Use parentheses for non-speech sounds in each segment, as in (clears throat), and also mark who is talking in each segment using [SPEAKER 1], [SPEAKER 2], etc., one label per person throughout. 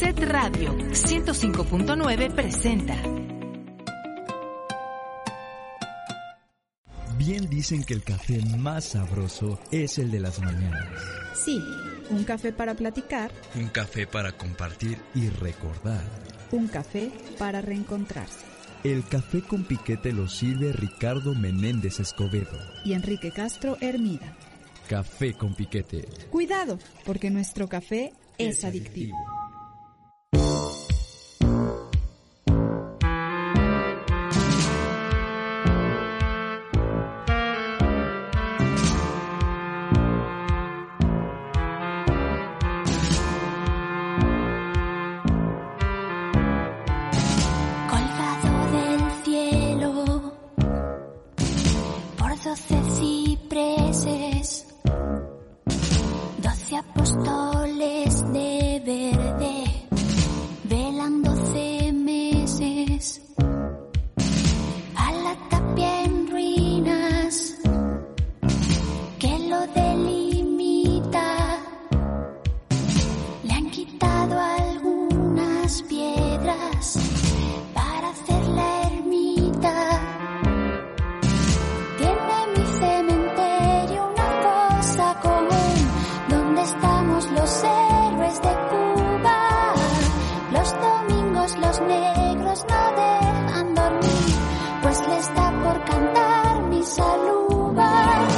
[SPEAKER 1] Red Radio 105.9 presenta.
[SPEAKER 2] Bien dicen que el café más sabroso es el de las mañanas.
[SPEAKER 3] Sí, un café para platicar,
[SPEAKER 2] Un café para compartir y recordar.
[SPEAKER 3] un café para reencontrarse.
[SPEAKER 2] El café con piquete lo sirve Ricardo Menéndez Escobedo.
[SPEAKER 3] Y Enrique Castro Hermida.
[SPEAKER 2] Café con piquete.
[SPEAKER 3] Cuidado, porque nuestro café es adictivo.
[SPEAKER 4] colgado del cielo por doce cipreses, doce apóstoles de verde, velan doce meses a la tapia en ruinas que lo delimita. Le han quitado algunas piedras para hacer la ermita. Tiene mi cementerio una cosa común, donde estamos los héroes de Cuba. Los domingos los negros no dejan dormir, pues les da por cantar mi salubar.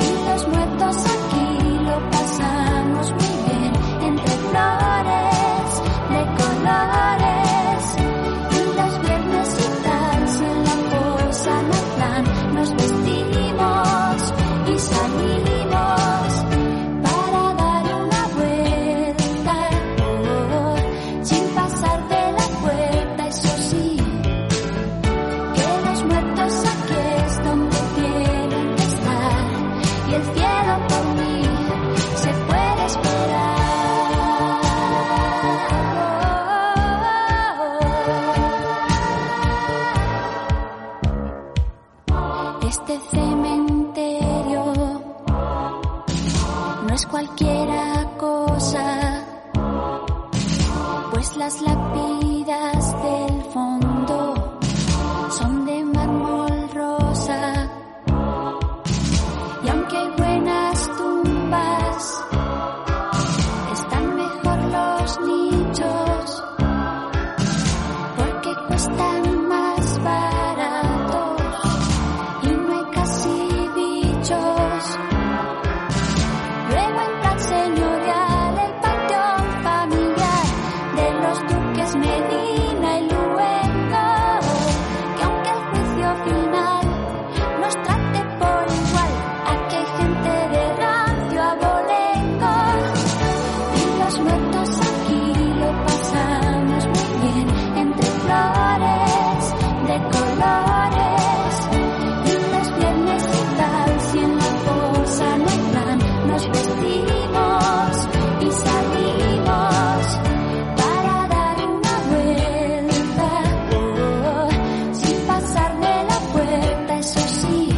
[SPEAKER 4] Y los muertos aquí lo pasamos muy bien entre flores de colores. Y los viernes y tardes en la cosa plan nos vestimos y salimos para dar una vuelta al color, sin pasar de la puerta, eso sí. Que los muertos aquí es donde tienen que estar y el cielo por mí se puede esperar. Este cementerio no es cualquiera cosa pues las lápidas del fondo son de mármol rosa. Y aunque hay buenas tumbas, están mejor los nichos, porque cuestan más baratos y no hay casi bichos. Luego entra el señorial, el panteón familiar de los duques Medina y Luengo, que aunque el juicio final nos trate por igual, aquí hay gente de rancio abolengo y los muertos aquí lo pasamos muy bien entre flores de colores y los viernes y tal si en la cosa no hay plan nos vestimos y salimos para dar una vuelta oh, oh, sin pasar de la puerta eso sí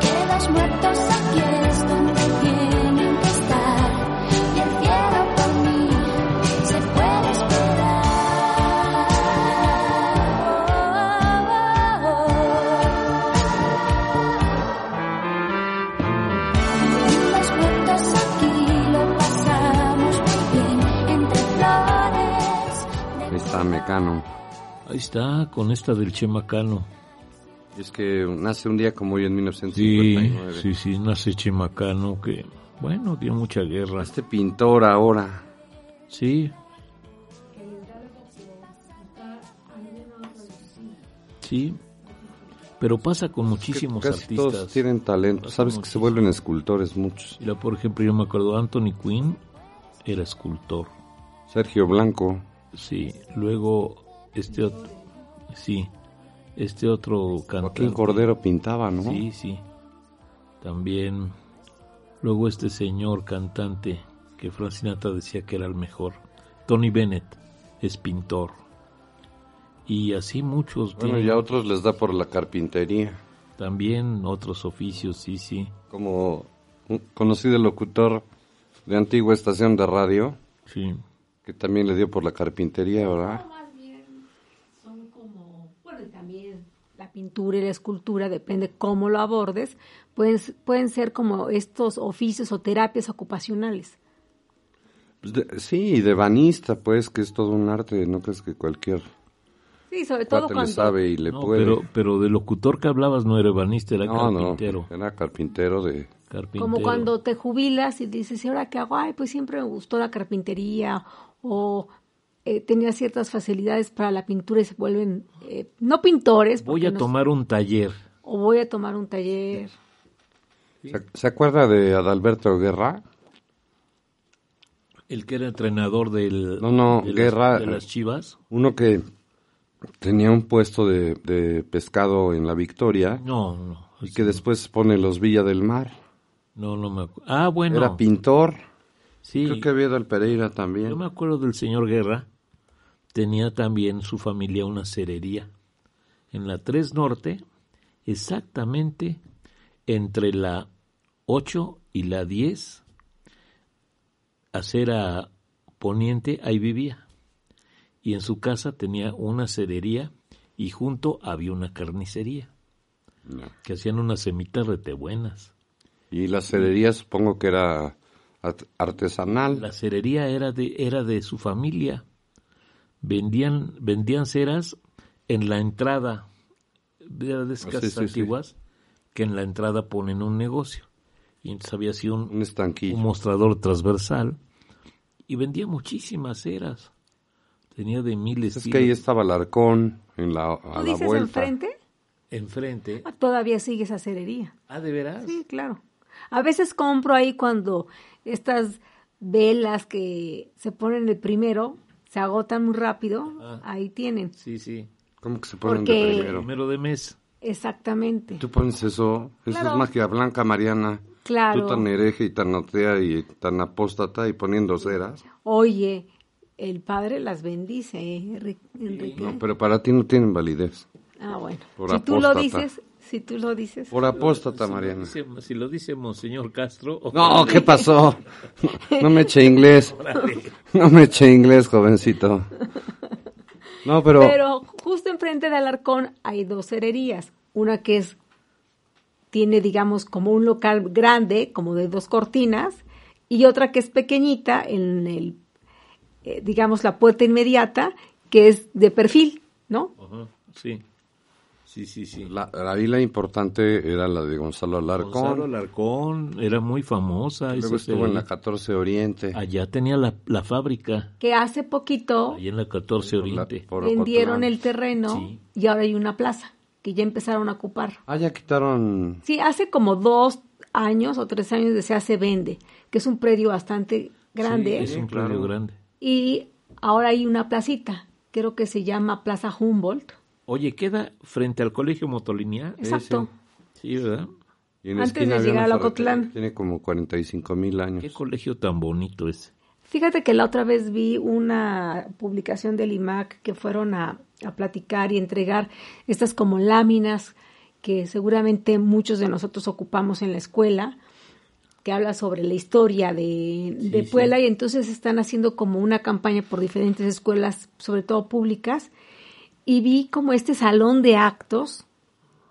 [SPEAKER 4] que los muertos aquí es donde tienen que estar y el cielo por mí se puede esperar. Los muertos aquí lo pasamos muy bien entre flores. de
[SPEAKER 5] Ahí está Mecano.
[SPEAKER 6] Ahí está, con esta del Chema Cano.
[SPEAKER 5] Es que nace un día como hoy en
[SPEAKER 6] Sí,
[SPEAKER 5] 1959.
[SPEAKER 6] sí, sí, nace Chema Cano que, bueno, dio mucha guerra.
[SPEAKER 5] Este pintor ahora.
[SPEAKER 6] Sí. Sí, pero pasa con muchísimos
[SPEAKER 5] Pues Casi
[SPEAKER 6] artistas.
[SPEAKER 5] todos tienen talento.
[SPEAKER 6] Pasa
[SPEAKER 5] Sabes que se
[SPEAKER 6] muchísimo.
[SPEAKER 5] vuelven escultores muchos.
[SPEAKER 6] Mira, por ejemplo, yo me acuerdo, Anthony Quinn era escultor.
[SPEAKER 5] Sergio Blanco.
[SPEAKER 6] Sí, luego este otro, sí, este otro
[SPEAKER 5] Joaquín
[SPEAKER 6] cantante.
[SPEAKER 5] Cordero pintaba, ¿no?
[SPEAKER 6] Sí, sí. También. Luego este señor cantante que Frank Sinatra decía que era el mejor. Tony Bennett es pintor. Y así muchos
[SPEAKER 5] Bueno,
[SPEAKER 6] tienen
[SPEAKER 5] y a otros les da por la carpintería.
[SPEAKER 6] también otros oficios, sí, sí.
[SPEAKER 5] Como un conocido locutor de antigua estación de radio,
[SPEAKER 6] Sí.
[SPEAKER 5] Que también le dio por la carpintería, ¿verdad?
[SPEAKER 7] No, más bien son como, bueno, y también la pintura y la escultura, depende cómo lo abordes, pueden, pueden ser como estos oficios o terapias ocupacionales.
[SPEAKER 5] Pues de- sí, de banista, pues, que es todo un arte. No crees que cualquier
[SPEAKER 7] Sí, sobre todo
[SPEAKER 5] cuate le
[SPEAKER 7] cuando...
[SPEAKER 5] sabe y le
[SPEAKER 6] No,
[SPEAKER 5] puede.
[SPEAKER 6] pero, pero del locutor que hablabas no era ebanista, era
[SPEAKER 5] no, no,
[SPEAKER 6] carpintero.
[SPEAKER 5] era carpintero de...
[SPEAKER 6] carpintero.
[SPEAKER 7] Como cuando te jubilas y dices, ¿y ahora qué hago? Ay, pues siempre me gustó la carpintería o eh, tenía ciertas facilidades para la pintura y se vuelven, eh, no pintores,
[SPEAKER 6] Voy
[SPEAKER 7] porque
[SPEAKER 6] a
[SPEAKER 7] no-
[SPEAKER 6] tomar un taller.
[SPEAKER 7] o voy a tomar un taller.
[SPEAKER 5] ¿Se- ¿Se acuerda de Adalberto Guerra?
[SPEAKER 6] El que era entrenador del,
[SPEAKER 5] No, no,
[SPEAKER 6] de las-
[SPEAKER 5] Guerra-
[SPEAKER 6] de las chivas.
[SPEAKER 5] Uno que tenía un puesto de, de pescado en la Victoria
[SPEAKER 6] No, pues no.
[SPEAKER 5] y que después pone los Villa del Mar.
[SPEAKER 6] No, no me acuerdo. Ah, bueno.
[SPEAKER 5] Era pintor.
[SPEAKER 6] sí,
[SPEAKER 5] Creo que había del Pereira también.
[SPEAKER 6] Yo me acuerdo del señor Guerra. Tenía también su familia una cerería en la 3 Norte, exactamente entre la 8 y la 10, acera poniente, ahí vivía. Y en su casa tenía una cerería y junto había una carnicería.
[SPEAKER 5] No.
[SPEAKER 6] Que hacían unas semitas rete buenas.
[SPEAKER 5] Y la cerería supongo que era art- artesanal.
[SPEAKER 6] La cerería era de, era de su familia. Vendían, vendían ceras en la entrada. Era de esas
[SPEAKER 5] Ah, sí, sí,
[SPEAKER 6] casas
[SPEAKER 5] sí.
[SPEAKER 6] antiguas que en la entrada ponen un negocio. Y entonces había sido un,
[SPEAKER 5] Un estanquillo.
[SPEAKER 6] un mostrador transversal y vendía muchísimas ceras. Tenía de miles
[SPEAKER 5] Es que ahí estaba el arcón en la,
[SPEAKER 7] ¿Tú
[SPEAKER 5] a la
[SPEAKER 7] dices
[SPEAKER 5] vuelta.
[SPEAKER 7] enfrente?
[SPEAKER 6] enfrente.
[SPEAKER 7] Ah, Todavía sigue esa cerería.
[SPEAKER 6] Ah, de veras.
[SPEAKER 7] Sí, claro. A veces compro ahí cuando estas velas que se ponen el primero se agotan muy rápido.
[SPEAKER 6] Ah.
[SPEAKER 7] Ahí tienen.
[SPEAKER 6] Sí, sí.
[SPEAKER 5] ¿Cómo que se ponen de
[SPEAKER 7] Porque-
[SPEAKER 5] primero?
[SPEAKER 6] Primero de mes.
[SPEAKER 7] Exactamente.
[SPEAKER 5] Tú pones eso. Eso es magia blanca, Mariana. Tú
[SPEAKER 7] Claro.
[SPEAKER 5] tan hereje y tan atea y tan apóstata y poniendo ceras.
[SPEAKER 7] Oye, el padre las bendice, ¿eh, Enri- Enrique.
[SPEAKER 5] No, pero para ti no tienen validez.
[SPEAKER 7] Ah, bueno.
[SPEAKER 5] Por
[SPEAKER 7] si tú lo
[SPEAKER 5] apóstata.
[SPEAKER 7] dices, si tú lo dices.
[SPEAKER 5] Por apóstata, Mariana.
[SPEAKER 6] Si lo dice- Si lo dice Monseñor Castro.
[SPEAKER 5] No, ¿qué pasó? No me eche inglés. No me eche inglés, jovencito. No, pero,
[SPEAKER 7] Pero justo enfrente de Alarcón hay dos cererías. Una que es, tiene, digamos, como un local grande, como de dos cortinas, y otra que es pequeñita, en el, eh, digamos, la puerta inmediata, que es de perfil, ¿no?
[SPEAKER 6] Ajá, sí. Sí, sí, sí.
[SPEAKER 5] la, la isla importante era la de Gonzalo Alarcón.
[SPEAKER 6] Gonzalo Alarcón era muy famosa. esa
[SPEAKER 5] Luego estuvo en la
[SPEAKER 6] serie.
[SPEAKER 5] 14 Oriente.
[SPEAKER 6] Allá tenía la, la fábrica,
[SPEAKER 7] Que hace poquito
[SPEAKER 6] allá en la 14
[SPEAKER 5] por la-
[SPEAKER 6] Oriente.
[SPEAKER 5] por
[SPEAKER 7] vendieron
[SPEAKER 5] Ocotlán.
[SPEAKER 7] el terreno
[SPEAKER 6] Sí.
[SPEAKER 7] y ahora hay una plaza que ya empezaron a ocupar.
[SPEAKER 5] Ah, ya quitaron.
[SPEAKER 7] Sí, hace como dos años o tres años decía se vende, que es un predio bastante grande. ¿eh?
[SPEAKER 6] Sí, es un
[SPEAKER 5] claro.
[SPEAKER 6] predio grande.
[SPEAKER 7] Y ahora hay una placita, creo que se llama Plaza Humboldt.
[SPEAKER 6] Oye, queda frente al colegio Motolineal.
[SPEAKER 7] Exacto.
[SPEAKER 6] Sí, ¿verdad?
[SPEAKER 5] y en la
[SPEAKER 7] Antes de
[SPEAKER 5] esquina había una
[SPEAKER 7] llegar a
[SPEAKER 5] ferretería
[SPEAKER 7] Ocotlán.
[SPEAKER 5] que Tiene como 45 mil
[SPEAKER 6] Qué
[SPEAKER 5] años.
[SPEAKER 6] colegio tan bonito es.
[SPEAKER 7] Fíjate que la otra vez vi una publicación del IMAC que fueron a, a platicar y entregar estas como láminas que seguramente muchos de nosotros ocupamos en la escuela, que habla sobre la historia de, de
[SPEAKER 6] sí.
[SPEAKER 7] Puebla y entonces están haciendo como una campaña por diferentes escuelas, sobre todo públicas, y vi como este salón de actos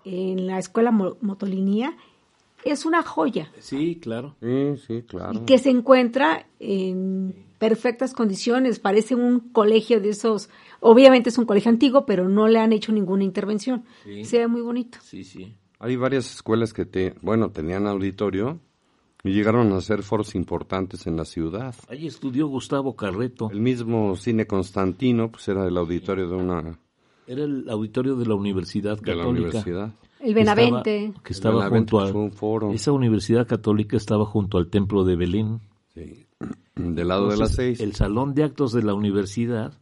[SPEAKER 7] en la escuela Mo- Motolinía es una joya
[SPEAKER 6] Sí, claro.
[SPEAKER 5] Sí, sí,
[SPEAKER 7] y
[SPEAKER 5] claro.
[SPEAKER 7] que se encuentra en perfectas condiciones. Parece un colegio de esos. Obviamente es un colegio antiguo, pero no le han hecho ninguna intervención.
[SPEAKER 6] Sí.
[SPEAKER 7] Se ve muy bonito.
[SPEAKER 6] Sí, sí.
[SPEAKER 5] Hay varias escuelas que, te, bueno, tenían auditorio y llegaron a ser foros importantes en la ciudad.
[SPEAKER 6] Ahí estudió Gustavo Carreto.
[SPEAKER 5] El mismo Cine Constantino, pues era el auditorio de una
[SPEAKER 6] Era el auditorio de la Universidad Católica.
[SPEAKER 5] de la universidad.
[SPEAKER 7] El Benavente.
[SPEAKER 6] Que estaba, que estaba
[SPEAKER 5] Benavente pues,
[SPEAKER 6] junto a...
[SPEAKER 5] fue un foro.
[SPEAKER 6] Esa Universidad Católica estaba junto al Templo de Belén.
[SPEAKER 5] Sí. (clears throat) Del lado de las
[SPEAKER 6] Entonces,
[SPEAKER 5] seis.
[SPEAKER 6] El salón de actos de la universidad,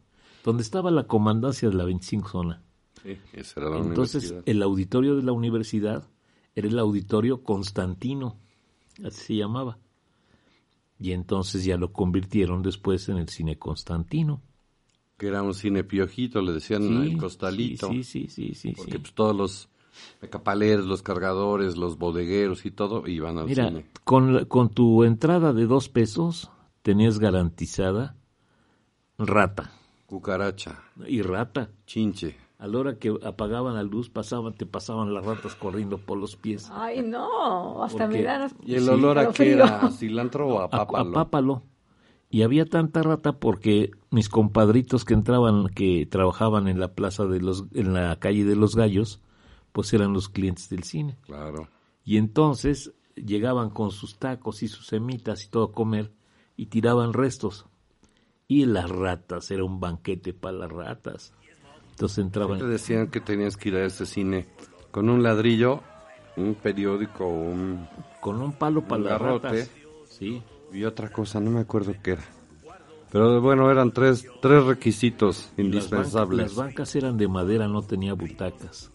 [SPEAKER 6] donde estaba la comandancia de la 25 zona.
[SPEAKER 5] Sí, esa era la
[SPEAKER 6] Entonces,
[SPEAKER 5] universidad.
[SPEAKER 6] el auditorio de la universidad era el auditorio Constantino, así se llamaba. Y entonces ya lo convirtieron después en el cine Constantino.
[SPEAKER 5] Que era un cine piojito, le decían el costalito.
[SPEAKER 6] Sí, sí, sí, sí. sí,
[SPEAKER 5] porque
[SPEAKER 6] sí.
[SPEAKER 5] pues todos los capaleros, los cargadores, los bodegueros y todo iban al
[SPEAKER 6] Mira,
[SPEAKER 5] cine.
[SPEAKER 6] con, la- con tu entrada de dos pesos tenías garantizada Rata.
[SPEAKER 5] Cucaracha.
[SPEAKER 6] Y rata.
[SPEAKER 5] Chinche.
[SPEAKER 6] A la hora que apagaban la luz, pasaban, te pasaban las ratas corriendo por los pies.
[SPEAKER 7] Ay, no, hasta
[SPEAKER 6] Porque-
[SPEAKER 7] me dan... as-
[SPEAKER 5] ¿Y el
[SPEAKER 6] Sí.
[SPEAKER 5] olor a
[SPEAKER 7] Pero
[SPEAKER 5] qué
[SPEAKER 7] frío.
[SPEAKER 5] era? ¿A ¿Cilantro o a
[SPEAKER 6] A-
[SPEAKER 5] pápalo?
[SPEAKER 6] A pápalo. Y había tanta rata porque mis compadritos que entraban, que trabajaban en la plaza de los, en la calle de los gallos, pues eran los clientes del cine.
[SPEAKER 5] Claro.
[SPEAKER 6] Y entonces llegaban con sus tacos y sus semitas y todo a comer y tiraban restos. Y las ratas, era un banquete para las ratas. Entonces entraban.
[SPEAKER 5] Te decían que tenías que ir a ese cine con un ladrillo, un periódico un-
[SPEAKER 6] Con un palo para
[SPEAKER 5] Un
[SPEAKER 6] las
[SPEAKER 5] garrote.
[SPEAKER 6] ratas. Sí.
[SPEAKER 5] y otra cosa, no me acuerdo qué era. Pero bueno, eran tres, tres requisitos
[SPEAKER 6] Las bancas-
[SPEAKER 5] indispensables.
[SPEAKER 6] Las bancas, eran de madera, no tenía butacas.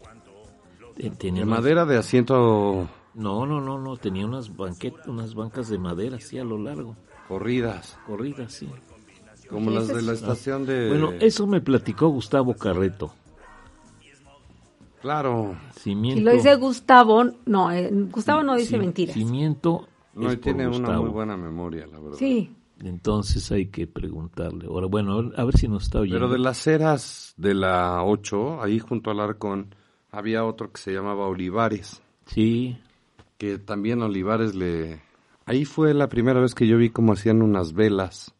[SPEAKER 6] Eh, Tenía
[SPEAKER 5] de
[SPEAKER 6] unas-
[SPEAKER 5] madera de asiento
[SPEAKER 6] No, no, no, no, tenía unas banquetas, unas bancas de madera, así a lo largo,
[SPEAKER 5] corridas,
[SPEAKER 6] corridas, sí.
[SPEAKER 5] como las de la estación de...
[SPEAKER 6] Bueno, eso me platicó Gustavo Carreto.
[SPEAKER 5] Claro.
[SPEAKER 6] Cimiento.
[SPEAKER 7] Si lo dice Gustavo, no, eh, Gustavo no dice
[SPEAKER 6] ci-
[SPEAKER 7] mentiras.
[SPEAKER 6] Cimiento
[SPEAKER 5] No,
[SPEAKER 6] es
[SPEAKER 5] y tiene
[SPEAKER 6] por
[SPEAKER 5] una
[SPEAKER 6] Gustavo.
[SPEAKER 5] muy buena memoria, la verdad.
[SPEAKER 7] Sí,
[SPEAKER 6] Entonces hay que preguntarle. Ahora, bueno, a ver si nos está oyendo.
[SPEAKER 5] Pero de las eras de la 8, ahí junto al Arcón, había otro que se llamaba Olivares,
[SPEAKER 6] Sí,
[SPEAKER 5] que también Olivares le... Ahí fue la primera vez que yo vi cómo hacían unas velas.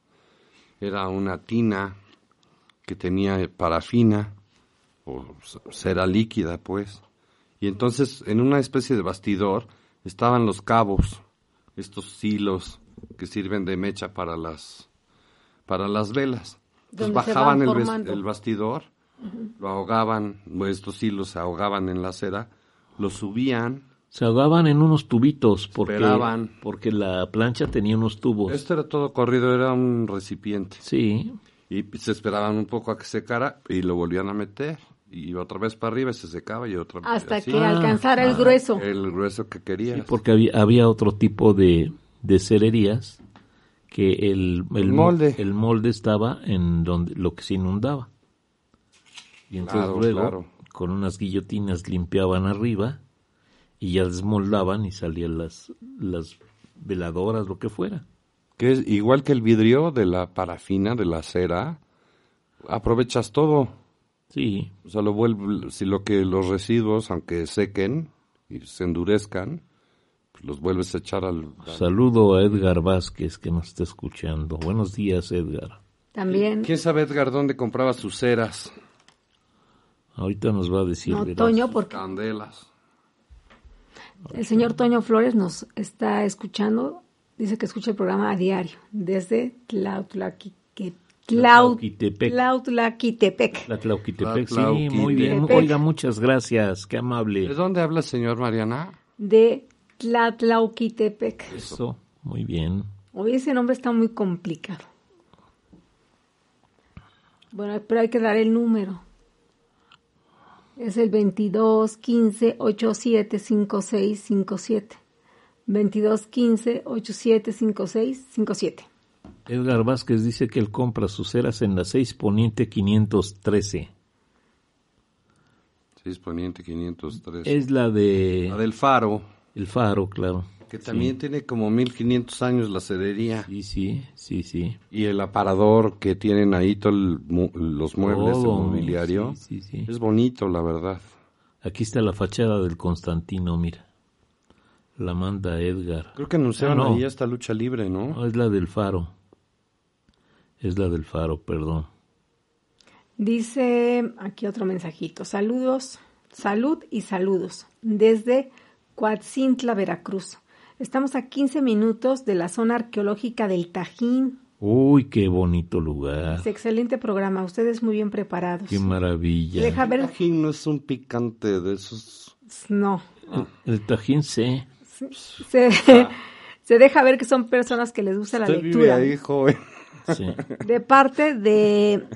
[SPEAKER 5] Era una tina que tenía eh, parafina, o c- cera líquida, pues. Y entonces, en una especie de bastidor, estaban los cabos, estos hilos que sirven de mecha para las, para las velas. Entonces
[SPEAKER 7] Donde se
[SPEAKER 5] bajaban
[SPEAKER 7] van
[SPEAKER 5] el, bes-
[SPEAKER 7] formando.
[SPEAKER 5] el bastidor, lo ahogaban, bueno, estos hilos se ahogaban en la cera, lo subían.
[SPEAKER 6] se ahogaban en unos tubitos porque,
[SPEAKER 5] Esperaban.
[SPEAKER 6] porque la plancha tenía unos tubos.
[SPEAKER 5] Esto era todo corrido, era un recipiente.
[SPEAKER 6] Sí,
[SPEAKER 5] Y se esperaban un poco a que secara y lo volvían a meter. Y otra vez para arriba y se secaba y otra vez
[SPEAKER 7] hasta
[SPEAKER 5] así.
[SPEAKER 7] que
[SPEAKER 6] Ah,
[SPEAKER 7] alcanzara el grueso.
[SPEAKER 5] El grueso que querías.
[SPEAKER 6] Sí, porque había, había otro tipo de, de cererías que el,
[SPEAKER 5] El
[SPEAKER 6] mo-
[SPEAKER 5] molde.
[SPEAKER 6] el molde estaba en donde lo que se inundaba. Y entonces
[SPEAKER 5] Claro,
[SPEAKER 6] luego
[SPEAKER 5] claro.
[SPEAKER 6] con unas guillotinas limpiaban arriba y ya desmoldaban y salían las, las veladoras, lo que fuera.
[SPEAKER 5] Que es igual que el vidrio de la parafina, de la cera, aprovechas todo.
[SPEAKER 6] Sí,
[SPEAKER 5] O sea, lo vuelve, si lo que los residuos, aunque sequen y se endurezcan, pues los vuelves a echar al...
[SPEAKER 6] saludo a Edgar Vázquez que nos está escuchando. Buenos días Edgar.
[SPEAKER 7] También,
[SPEAKER 5] ¿Quién sabe, Edgar, dónde compraba sus ceras?
[SPEAKER 6] Ahorita nos va a decir.
[SPEAKER 7] no,
[SPEAKER 6] verás.
[SPEAKER 7] Toño, porque
[SPEAKER 5] Ah, Candelas.
[SPEAKER 7] el señor Toño Flores nos está escuchando, dice que escucha el programa a diario, desde Tlautlaquique- Tlau-
[SPEAKER 6] Tlautlaquitepec.
[SPEAKER 7] Tlautlaquitepec.
[SPEAKER 6] La Tlauquitepec, sí,
[SPEAKER 5] Tlatlauquitepec.
[SPEAKER 6] muy bien. Oiga, muchas gracias, qué amable.
[SPEAKER 5] ¿De dónde habla, señor Mariana?
[SPEAKER 7] De Tlatlauquitepec.
[SPEAKER 6] Eso, muy bien.
[SPEAKER 7] Oye, ese nombre está muy complicado. Bueno, pero hay que dar el número. Es el 22 15 87 56 57. 22 15 87 56 57.
[SPEAKER 6] Edgar Vázquez dice que él compra sus ceras en la 6 Poniente 513.
[SPEAKER 5] 6 Poniente 503.
[SPEAKER 6] Es la de
[SPEAKER 5] La del Faro,
[SPEAKER 6] El Faro, claro.
[SPEAKER 5] que también tiene como 1500 años la cerería.
[SPEAKER 6] Sí, sí, sí, sí.
[SPEAKER 5] Y el aparador que tienen ahí, todo el mu- los muebles, el
[SPEAKER 6] Todo,
[SPEAKER 5] mobiliario.
[SPEAKER 6] sí, sí, sí.
[SPEAKER 5] Es bonito, la verdad.
[SPEAKER 6] Aquí está la fachada del Constantino, mira. La manda Edgar.
[SPEAKER 5] Creo que anunciaron
[SPEAKER 6] Ah, no.
[SPEAKER 5] ahí esta lucha libre, ¿no?
[SPEAKER 6] No, es la del Faro. Es la del Faro, perdón.
[SPEAKER 7] Dice aquí otro mensajito. Saludos, salud y saludos desde Coatzintla, Veracruz. Estamos a 15 minutos de la zona arqueológica del Tajín.
[SPEAKER 6] Uy, qué bonito lugar.
[SPEAKER 7] Es excelente programa, ustedes muy bien preparados.
[SPEAKER 6] Ah. Qué maravilla.
[SPEAKER 7] Deja ver,
[SPEAKER 5] Tajín no es un picante de esos.
[SPEAKER 7] no.
[SPEAKER 6] El, Ah, el Tajín C.
[SPEAKER 7] Se, (laughs) se deja ver que son personas que les gusta la
[SPEAKER 5] Usted vive
[SPEAKER 7] lectura.
[SPEAKER 5] ahí, joven.
[SPEAKER 6] Sí.
[SPEAKER 7] De parte de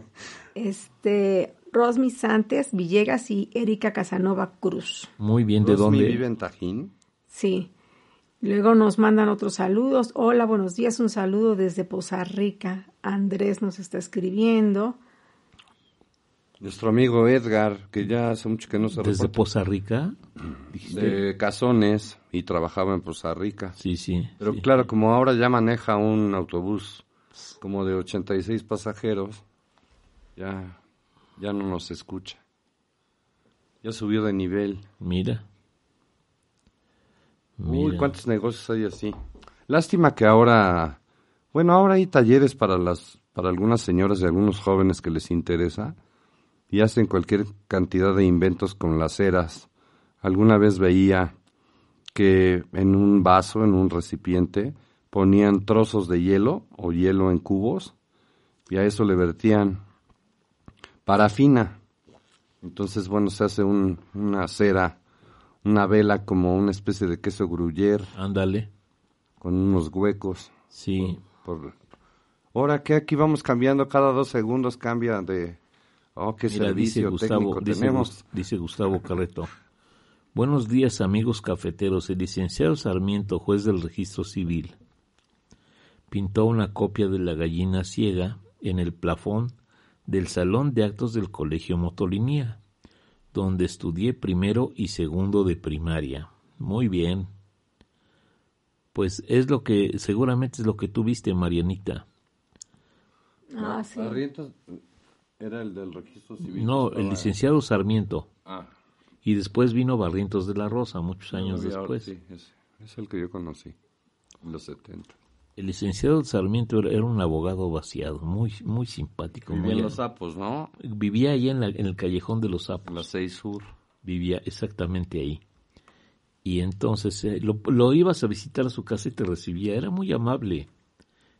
[SPEAKER 7] este Rosmi Santes Villegas y Erika Casanova Cruz.
[SPEAKER 6] Muy bien, ¿de
[SPEAKER 5] Rosmi
[SPEAKER 6] dónde?
[SPEAKER 5] vive en Tajín?
[SPEAKER 7] Sí. Luego nos mandan otros saludos. Hola, buenos días. Un saludo desde Poza Rica. Andrés nos está escribiendo.
[SPEAKER 5] Nuestro amigo Edgar, que ya hace mucho que no se
[SPEAKER 6] ¿Desde
[SPEAKER 5] reporta,
[SPEAKER 6] Poza Rica?
[SPEAKER 5] de Cazones y trabajaba en Poza Rica.
[SPEAKER 6] Sí, sí.
[SPEAKER 5] Pero
[SPEAKER 6] sí.
[SPEAKER 5] claro, como ahora ya maneja un autobús como de 86 pasajeros, Ya, ya no nos escucha. Ya subió de nivel.
[SPEAKER 6] Mira.
[SPEAKER 5] Uy,
[SPEAKER 6] Mira.
[SPEAKER 5] cuántos negocios hay así. Lástima que ahora, bueno, ahora hay talleres para las, para algunas señoras y algunos jóvenes que les interesa y hacen cualquier cantidad de inventos con las ceras. Alguna vez veía que en un vaso, en un recipiente, ponían trozos de hielo o hielo en cubos y a eso le vertían parafina. Entonces, bueno, se hace un- una cera, una vela como una especie de queso gruyer
[SPEAKER 6] Ándale.
[SPEAKER 5] con unos huecos.
[SPEAKER 6] Sí.
[SPEAKER 5] Por... Ahora que aquí vamos cambiando, cada dos segundos cambia de... Oh, qué
[SPEAKER 6] Mira, dice
[SPEAKER 5] servicio
[SPEAKER 6] Gustavo,
[SPEAKER 5] técnico
[SPEAKER 6] dice,
[SPEAKER 5] tenemos.
[SPEAKER 6] Gus- dice Gustavo Carreto. Buenos días, amigos cafeteros. El licenciado Sarmiento, juez del registro civil, pintó una copia de la gallina ciega en el plafón del salón de actos del Colegio Motolinía, donde estudié primero y segundo de primaria. Muy bien. Pues es lo que, seguramente es lo que tú viste, Marianita.
[SPEAKER 7] Ah, sí.
[SPEAKER 5] Barrientos era el del registro civil.
[SPEAKER 6] No,
[SPEAKER 5] que
[SPEAKER 6] el
[SPEAKER 5] estaba-
[SPEAKER 6] licenciado Sarmiento.
[SPEAKER 5] Ah,
[SPEAKER 6] Y después vino Barrientos de la Rosa, muchos años
[SPEAKER 5] todavía Ah, ahora
[SPEAKER 6] después.
[SPEAKER 5] sí, ese. es el que yo conocí, en los 70.
[SPEAKER 6] El licenciado Sarmiento era, era un abogado vaciado, muy, muy simpático. muy
[SPEAKER 5] Vivían los
[SPEAKER 6] a-
[SPEAKER 5] sapos, ¿no?
[SPEAKER 6] vivía allá en, la- en el callejón de los
[SPEAKER 5] En
[SPEAKER 6] sapos.
[SPEAKER 5] la 6 Sur.
[SPEAKER 6] Vivía exactamente ahí. Y entonces eh, lo, lo ibas a visitar a su casa y te recibía. Era muy amable.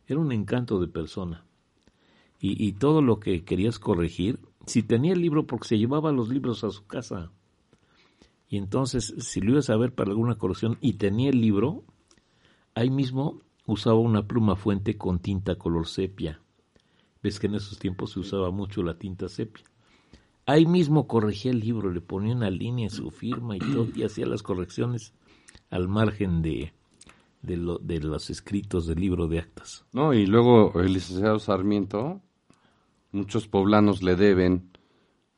[SPEAKER 6] Era un encanto de persona. Y, y todo lo que querías corregir, si tenía el libro, porque se llevaba los libros a su casa. Y entonces, si lo ibas a ver para alguna corrección y tenía el libro, ahí mismo usaba una pluma fuente con tinta color sepia. Ves que en esos tiempos se usaba mucho la tinta sepia. Ahí mismo corregía el libro, le ponía una línea en su firma y todo, y hacía las correcciones al margen de, de, lo- de los escritos del libro de actas.
[SPEAKER 5] No, y luego el licenciado Sarmiento, muchos poblanos le deben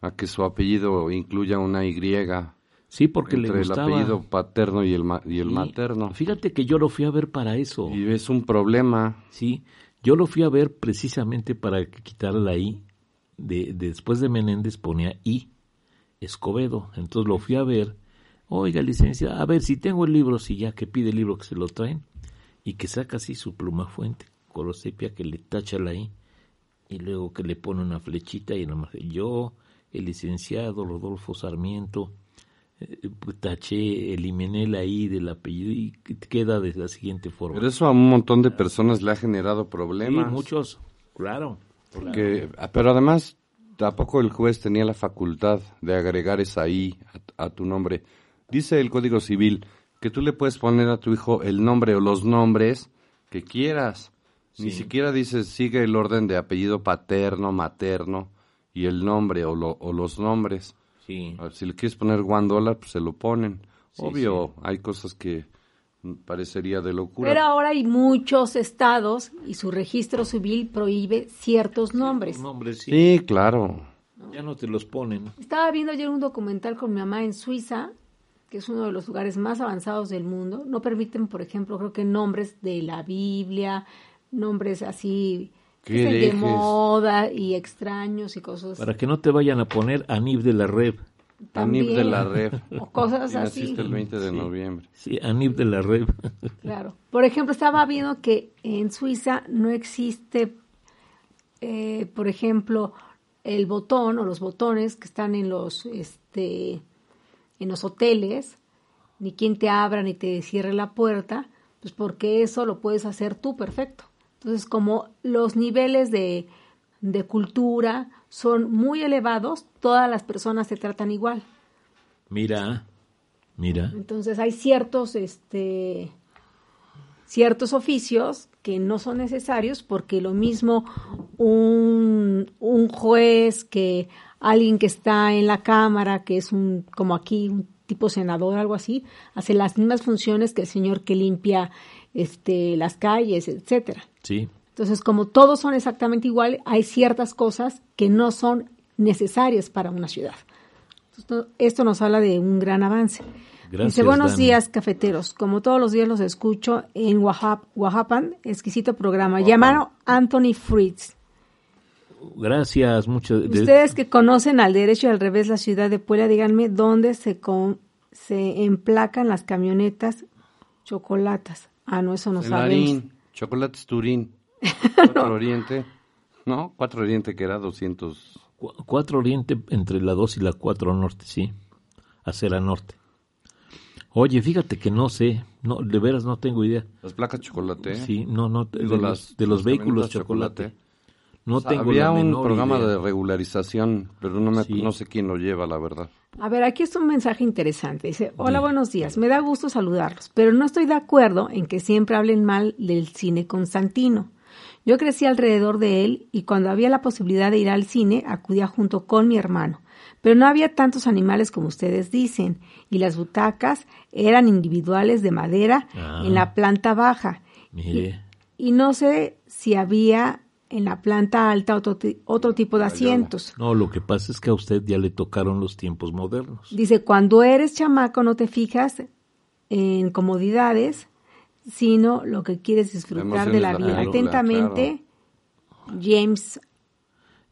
[SPEAKER 5] a que su apellido incluya una Y
[SPEAKER 6] Sí, porque le
[SPEAKER 5] entre el
[SPEAKER 6] gustaba.
[SPEAKER 5] apellido paterno y el, ma- y el
[SPEAKER 6] Sí.
[SPEAKER 5] materno.
[SPEAKER 6] Fíjate que yo lo fui a ver para eso.
[SPEAKER 5] Y es un problema.
[SPEAKER 6] Sí, yo lo fui a ver precisamente para que quitara la I. De, de- después de Menéndez ponía I, Escobedo. Entonces lo fui a ver. Oiga, licencia, a ver si tengo el libro, si ya que pide el libro que se lo traen. Y que saca así su pluma fuente, color sepia, que le tacha la I. Y luego que le pone una flechita y nomás yo, el licenciado Rodolfo Sarmiento, eh, pues, taché, eliminé la I del apellido y queda de la siguiente forma.
[SPEAKER 5] Pero eso a un montón de personas le ha generado problemas.
[SPEAKER 6] Sí, muchos, claro.
[SPEAKER 5] Porque, ah, pero además, tampoco el juez tenía la facultad de agregar esa I a t- a, tu nombre. Dice el Código Civil que tú le puedes poner a tu hijo el nombre o los nombres que quieras. Ni siquiera dices, sigue el orden de apellido paterno, materno y el nombre o, lo- o los nombres.
[SPEAKER 6] Sí,
[SPEAKER 5] A ver, Si le quieres poner one dólar, pues se lo ponen. Obvio, hay cosas que mm, parecería de locura.
[SPEAKER 7] Pero ahora hay muchos estados y su registro civil prohíbe ciertos nombres.
[SPEAKER 6] nombres sí.
[SPEAKER 5] Sí, claro.
[SPEAKER 6] Ya no te los ponen.
[SPEAKER 7] Estaba viendo ayer un documental con mi mamá en Suiza, que es uno de los lugares más avanzados del mundo. No permiten, por ejemplo, creo que nombres de la Biblia, nombres así
[SPEAKER 5] ¿Qué
[SPEAKER 7] que estén de
[SPEAKER 5] dejes?
[SPEAKER 7] moda y extraños y cosas
[SPEAKER 6] Para que no te vayan a poner Anib de la Red.
[SPEAKER 5] Anib de la
[SPEAKER 7] también.
[SPEAKER 5] Red.
[SPEAKER 7] (laughs) O cosas
[SPEAKER 5] Y
[SPEAKER 7] así.
[SPEAKER 5] naciste el 20 de noviembre.
[SPEAKER 6] Sí, Anib de la Red.
[SPEAKER 7] Claro. Por ejemplo, estaba viendo que en Suiza no existe, eh, por ejemplo, el botón o los botones que están en los, este, en los hoteles, ni quien te abra ni te cierre la puerta, pues porque eso lo puedes hacer tú perfecto. Entonces, como los niveles de, de cultura son muy elevados, todas las personas te tratan igual.
[SPEAKER 6] (laughs) Mira, mira.
[SPEAKER 7] Entonces hay ciertos, este, ciertos oficios que no son necesarios porque lo mismo un, un juez que alguien que está en la Cámara, que es un, como aquí, un tipo senador, algo así, hace las mismas funciones que el señor que limpia este, las calles, etcétera.
[SPEAKER 6] Sí,
[SPEAKER 7] Entonces, como todos son exactamente igual, hay ciertas cosas que no son necesarias para una ciudad. Esto, esto nos habla de un gran avance.
[SPEAKER 6] Gracias,
[SPEAKER 7] Dice, buenos
[SPEAKER 6] Dani.
[SPEAKER 7] días, cafeteros. Como todos los días los escucho en Oaxap- Oaxapan, exquisito programa. Llamaron Anthony Fritz.
[SPEAKER 6] Gracias, muchas de-
[SPEAKER 7] Ustedes que conocen al derecho y al revés la ciudad de Puebla, díganme dónde se, con- se emplacan las camionetas chocolatas. Ah, no, eso no
[SPEAKER 5] El
[SPEAKER 7] sabemos.
[SPEAKER 5] Larín, Chocolates Turín,
[SPEAKER 7] (laughs)
[SPEAKER 5] Cuatro Oriente, ¿no? Cuatro Oriente que era 200.
[SPEAKER 6] Cu- Cuatro Oriente entre la 2 y la 4 Norte, sí. Hacia la Norte. Oye, fíjate que no sé, no, de veras no tengo idea.
[SPEAKER 5] Las placas chocolate. ¿eh?
[SPEAKER 6] Sí, no, no, de,
[SPEAKER 5] Digo,
[SPEAKER 6] los,
[SPEAKER 5] las-
[SPEAKER 6] de los
[SPEAKER 5] las
[SPEAKER 6] vehículos
[SPEAKER 5] camionetas
[SPEAKER 6] chocolate. No
[SPEAKER 5] O sea,
[SPEAKER 6] tengo
[SPEAKER 5] había
[SPEAKER 6] la
[SPEAKER 5] un
[SPEAKER 6] menor
[SPEAKER 5] programa
[SPEAKER 6] idea.
[SPEAKER 5] de regularización, pero no, me,
[SPEAKER 6] Sí.
[SPEAKER 5] no sé quién lo lleva, la verdad.
[SPEAKER 7] A ver, aquí es un mensaje interesante. Dice, hola, buenos días. Me da gusto saludarlos, pero no estoy de acuerdo en que siempre hablen mal del cine Constantino. Yo crecí alrededor de él y cuando había la posibilidad de ir al cine acudía junto con mi hermano. Pero no había tantos animales como ustedes dicen y las butacas eran individuales de madera
[SPEAKER 6] Ah.
[SPEAKER 7] en la planta baja.
[SPEAKER 6] Mire,
[SPEAKER 7] Y no sé si había en la planta alta otro, ti- otro tipo de asientos.
[SPEAKER 6] no, lo que pasa es que a usted ya le tocaron los tiempos modernos.
[SPEAKER 7] Dice, cuando eres chamaco no te fijas en comodidades, sino lo que quieres disfrutar
[SPEAKER 5] Emociones
[SPEAKER 7] de la
[SPEAKER 5] la
[SPEAKER 7] vida.
[SPEAKER 5] película,
[SPEAKER 7] Atentamente, James.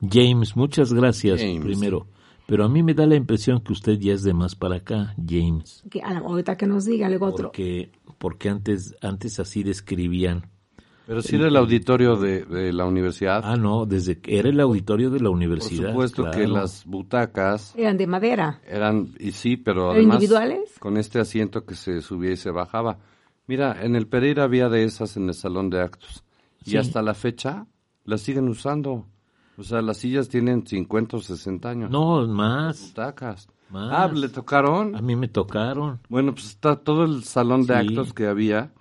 [SPEAKER 6] James, muchas gracias
[SPEAKER 5] James.
[SPEAKER 6] primero. Pero a mí me da la impresión que usted ya es de más para acá, James.
[SPEAKER 7] Que, a la- ahorita que nos diga, luego otro.
[SPEAKER 6] Porque, porque antes, antes así describían.
[SPEAKER 5] Pero sí era el auditorio de, de la universidad.
[SPEAKER 6] Ah, no, desde que era el auditorio de la
[SPEAKER 5] Por
[SPEAKER 6] universidad.
[SPEAKER 5] supuesto que
[SPEAKER 6] claro.
[SPEAKER 5] las butacas
[SPEAKER 7] Eran de madera.
[SPEAKER 5] eran, y sí, pero
[SPEAKER 7] ¿Pero
[SPEAKER 5] además
[SPEAKER 7] individuales?
[SPEAKER 5] con este asiento que se subía y se bajaba. Mira, en el Pereira había de esas en el salón de actos.
[SPEAKER 6] Sí.
[SPEAKER 5] Y hasta la fecha las siguen usando. O sea, las sillas tienen 50 o 60 años.
[SPEAKER 6] No, más.
[SPEAKER 5] Butacas.
[SPEAKER 6] Más.
[SPEAKER 5] Ah, le tocaron.
[SPEAKER 6] A mí me tocaron.
[SPEAKER 5] Bueno, pues está todo el salón de
[SPEAKER 6] Sí.
[SPEAKER 5] actos que había,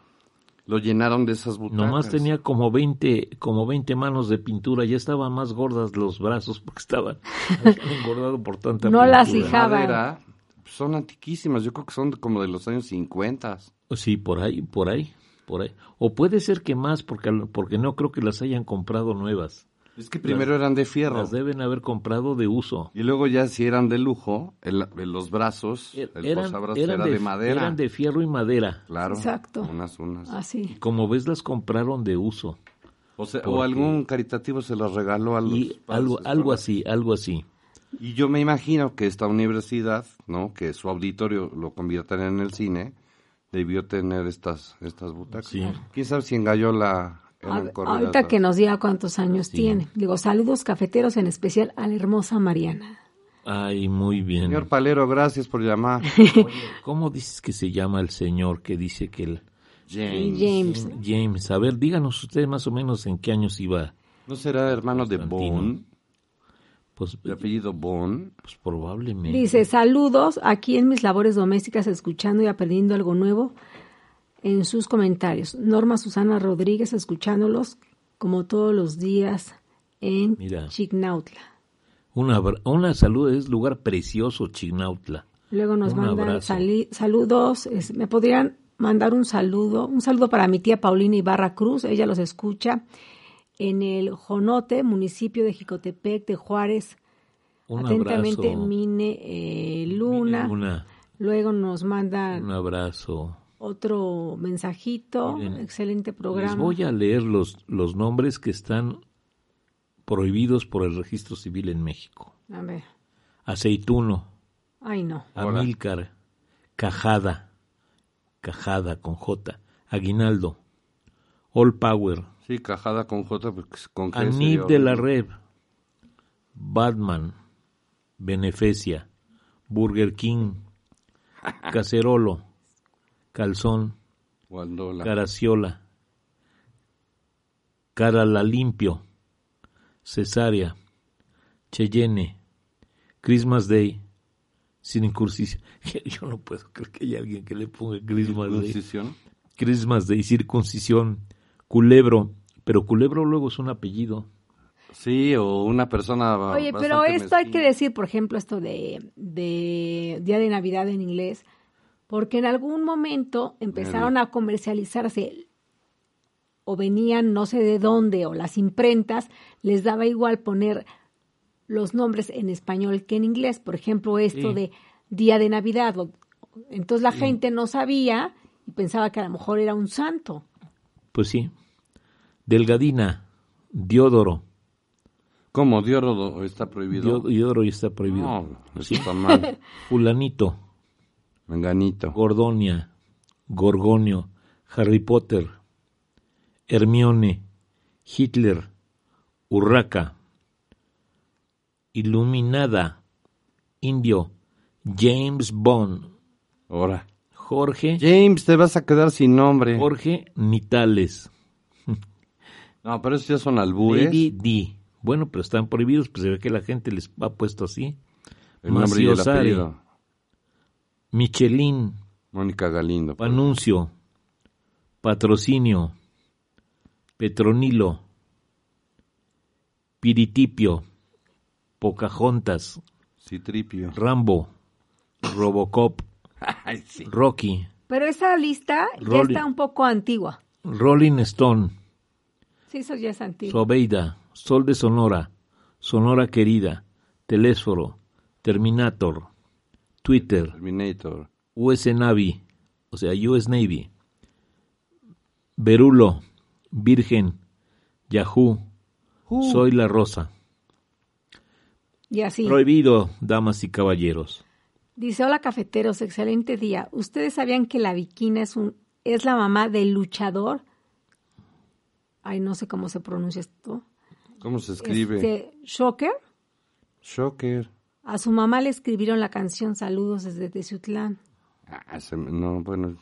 [SPEAKER 5] lo llenaron de esas butacas.
[SPEAKER 6] Nomás tenía como 20, como 20 manos de pintura. Ya estaban más gordas los brazos porque
[SPEAKER 7] (laughs)
[SPEAKER 6] estaban habían engordado por tanta
[SPEAKER 7] No las
[SPEAKER 6] pintura.
[SPEAKER 7] hija-
[SPEAKER 5] madera. pues, Son antiquísimas, yo creo que son como de los años 50.
[SPEAKER 6] Sí, por ahí, por ahí, por ahí. O puede ser que más porque, porque no creo que las hayan comprado nuevas.
[SPEAKER 5] Es que primero eran de fierro.
[SPEAKER 6] Las deben haber comprado de uso.
[SPEAKER 5] Y luego ya si eran de lujo, el- el- los brazos,
[SPEAKER 6] Er-
[SPEAKER 5] el posabrazos era de, madera.
[SPEAKER 6] eran de fierro y madera.
[SPEAKER 5] Claro.
[SPEAKER 7] Exacto. Ah.
[SPEAKER 5] Unas, unas.
[SPEAKER 7] Así.
[SPEAKER 6] Como ves, las compraron de uso.
[SPEAKER 5] O, sea, o
[SPEAKER 6] Porque-
[SPEAKER 5] algún caritativo se las regaló a los
[SPEAKER 6] Y
[SPEAKER 5] padres
[SPEAKER 6] algo, algo
[SPEAKER 5] escolares.
[SPEAKER 6] así, algo así.
[SPEAKER 5] Y yo me imagino que esta universidad, ¿no? Que su auditorio lo conviertan en el cine, debió tener estas estas butacas.
[SPEAKER 6] Sí.
[SPEAKER 5] ¿Quién sabe si engañó la en
[SPEAKER 7] A-
[SPEAKER 5] el corredor?
[SPEAKER 7] Ah, ahorita que nos diga cuántos años tiene. Digo, saludos cafeteros, en especial a la hermosa Mariana.
[SPEAKER 6] Ay, muy bien.
[SPEAKER 5] Señor Palero, gracias por
[SPEAKER 7] (laughs)
[SPEAKER 5] llamar.
[SPEAKER 6] ¿Cómo dices que se llama el señor que dice que el
[SPEAKER 5] James.
[SPEAKER 7] James.
[SPEAKER 6] James? A ver, díganos usted más o menos en qué años iba.
[SPEAKER 5] ¿No será hermano de
[SPEAKER 6] Constantino.
[SPEAKER 5] Bone?
[SPEAKER 6] Pues,
[SPEAKER 5] De apellido Bone.
[SPEAKER 6] pues probablemente.
[SPEAKER 7] Dice, saludos aquí en mis labores domésticas, escuchando y aprendiendo algo nuevo en sus comentarios. Norma Susana Rodríguez, escuchándolos como todos los días en
[SPEAKER 6] Mira.
[SPEAKER 7] Chignautla.
[SPEAKER 6] Una, abra- una salud es lugar precioso, Chignautla.
[SPEAKER 7] Luego nos
[SPEAKER 6] Un
[SPEAKER 7] mandan
[SPEAKER 6] abrazo.
[SPEAKER 7] sali- saludos. es- ¿Me podrían mandar un saludo? Un saludo para mi tía Paulina Ibarra Cruz. Ella los escucha en el Jonote, municipio de Jicotepec de Juárez.
[SPEAKER 6] Un
[SPEAKER 7] Atentamente,
[SPEAKER 6] abrazo.
[SPEAKER 7] Mine eh, Luna.
[SPEAKER 6] Una-
[SPEAKER 7] Luego nos mandan
[SPEAKER 6] un abrazo.
[SPEAKER 7] otro mensajito.
[SPEAKER 6] Miren,
[SPEAKER 7] Excelente
[SPEAKER 6] Les
[SPEAKER 7] programa.
[SPEAKER 6] voy a leer los, los nombres que están prohibidos por el registro civil en México.
[SPEAKER 7] a... ver.
[SPEAKER 6] Aceituno,
[SPEAKER 7] Ay, no.
[SPEAKER 5] Ahora.
[SPEAKER 6] Amílcar, Cajada, Cajada con J, Aguinaldo, All Power,
[SPEAKER 5] Sí, cajada con J porque es- con G
[SPEAKER 6] Anid
[SPEAKER 5] sería
[SPEAKER 6] de la
[SPEAKER 5] horrible.
[SPEAKER 6] Red, Batman, Beneficia, Burger (laughs) King, Cacerolo, Calzón,
[SPEAKER 5] Guandola.
[SPEAKER 6] Caraciola, Cara la Limpio, Cesárea, Cheyenne, Christmas Day, sin incursión. (laughs) Yo no puedo creer que haya alguien que le ponga Christmas Day.
[SPEAKER 5] Incisión.
[SPEAKER 6] Christmas Day, circuncisión, Culebro, pero Culebro luego es un apellido.
[SPEAKER 5] Sí, o una persona
[SPEAKER 6] Ah,
[SPEAKER 5] ba-
[SPEAKER 7] Oye, pero
[SPEAKER 5] bastante
[SPEAKER 7] esto hay que
[SPEAKER 5] mezquina.
[SPEAKER 7] decir, por ejemplo, esto de, de Día de Navidad en inglés, porque en algún momento empezaron a comercializarse o venían no sé de dónde, o las imprentas, les daba igual poner los nombres en español que en inglés. Por ejemplo, esto
[SPEAKER 6] Sí.
[SPEAKER 7] de Día de Navidad. o- Entonces la gente no sabía y pensaba que a lo mejor era un santo.
[SPEAKER 6] Pues sí. Delgadina, Diodoro,
[SPEAKER 5] ¿Cómo? ¿Dioro está prohibido?
[SPEAKER 6] Dio- Diodoro ya está prohibido.
[SPEAKER 5] No, eso está
[SPEAKER 7] (laughs)
[SPEAKER 5] mal.
[SPEAKER 6] Fulanito,
[SPEAKER 5] Menganito.
[SPEAKER 6] Gordonia, Gorgonio, Harry Potter, Hermione, Hitler, Urraca, Iluminada, Indio, James Bond,
[SPEAKER 5] Ahora.
[SPEAKER 6] Jorge,
[SPEAKER 5] James, te vas a quedar sin nombre.
[SPEAKER 6] Jorge Nitales,
[SPEAKER 5] No, pero esos ya son albures.
[SPEAKER 6] Lady D. Bueno, pero están prohibidos, pues se ve que la gente les ha puesto así.
[SPEAKER 5] el nombre y el
[SPEAKER 6] Maciosare.
[SPEAKER 5] apellido.
[SPEAKER 6] Michelin,
[SPEAKER 5] Mónica Galindo. pues.
[SPEAKER 6] Panuncio, Patrocinio, Petronilo, Piritipio, Pocahontas,
[SPEAKER 5] Citripio.
[SPEAKER 6] Rambo, Robocop,
[SPEAKER 5] (laughs) Ay, sí.
[SPEAKER 6] Rocky,
[SPEAKER 7] Pero esa lista
[SPEAKER 6] Rolling.
[SPEAKER 7] ya está un poco antigua.
[SPEAKER 6] Rolling Stone,
[SPEAKER 7] Sí, eso ya es antiguo.
[SPEAKER 6] Sobeida, Sol de Sonora, Sonora Querida, Telésforo, Terminator, Twitter,
[SPEAKER 5] Terminator.
[SPEAKER 6] US Navy, o sea, US Navy, Berulo, Virgen, Yahoo, Soy la Rosa.
[SPEAKER 7] y así.
[SPEAKER 6] Prohibido, damas y caballeros.
[SPEAKER 7] Dice, hola cafeteros, excelente día. ¿Ustedes sabían que la viquina es, un, es la mamá del luchador? Ay, no sé cómo se pronuncia esto.
[SPEAKER 5] ¿Cómo se escribe?
[SPEAKER 7] Este, Shocker.
[SPEAKER 5] Shocker.
[SPEAKER 7] A su mamá le escribieron la canción Saludos desde Teciutlán.
[SPEAKER 5] Ah, se me- no, bueno,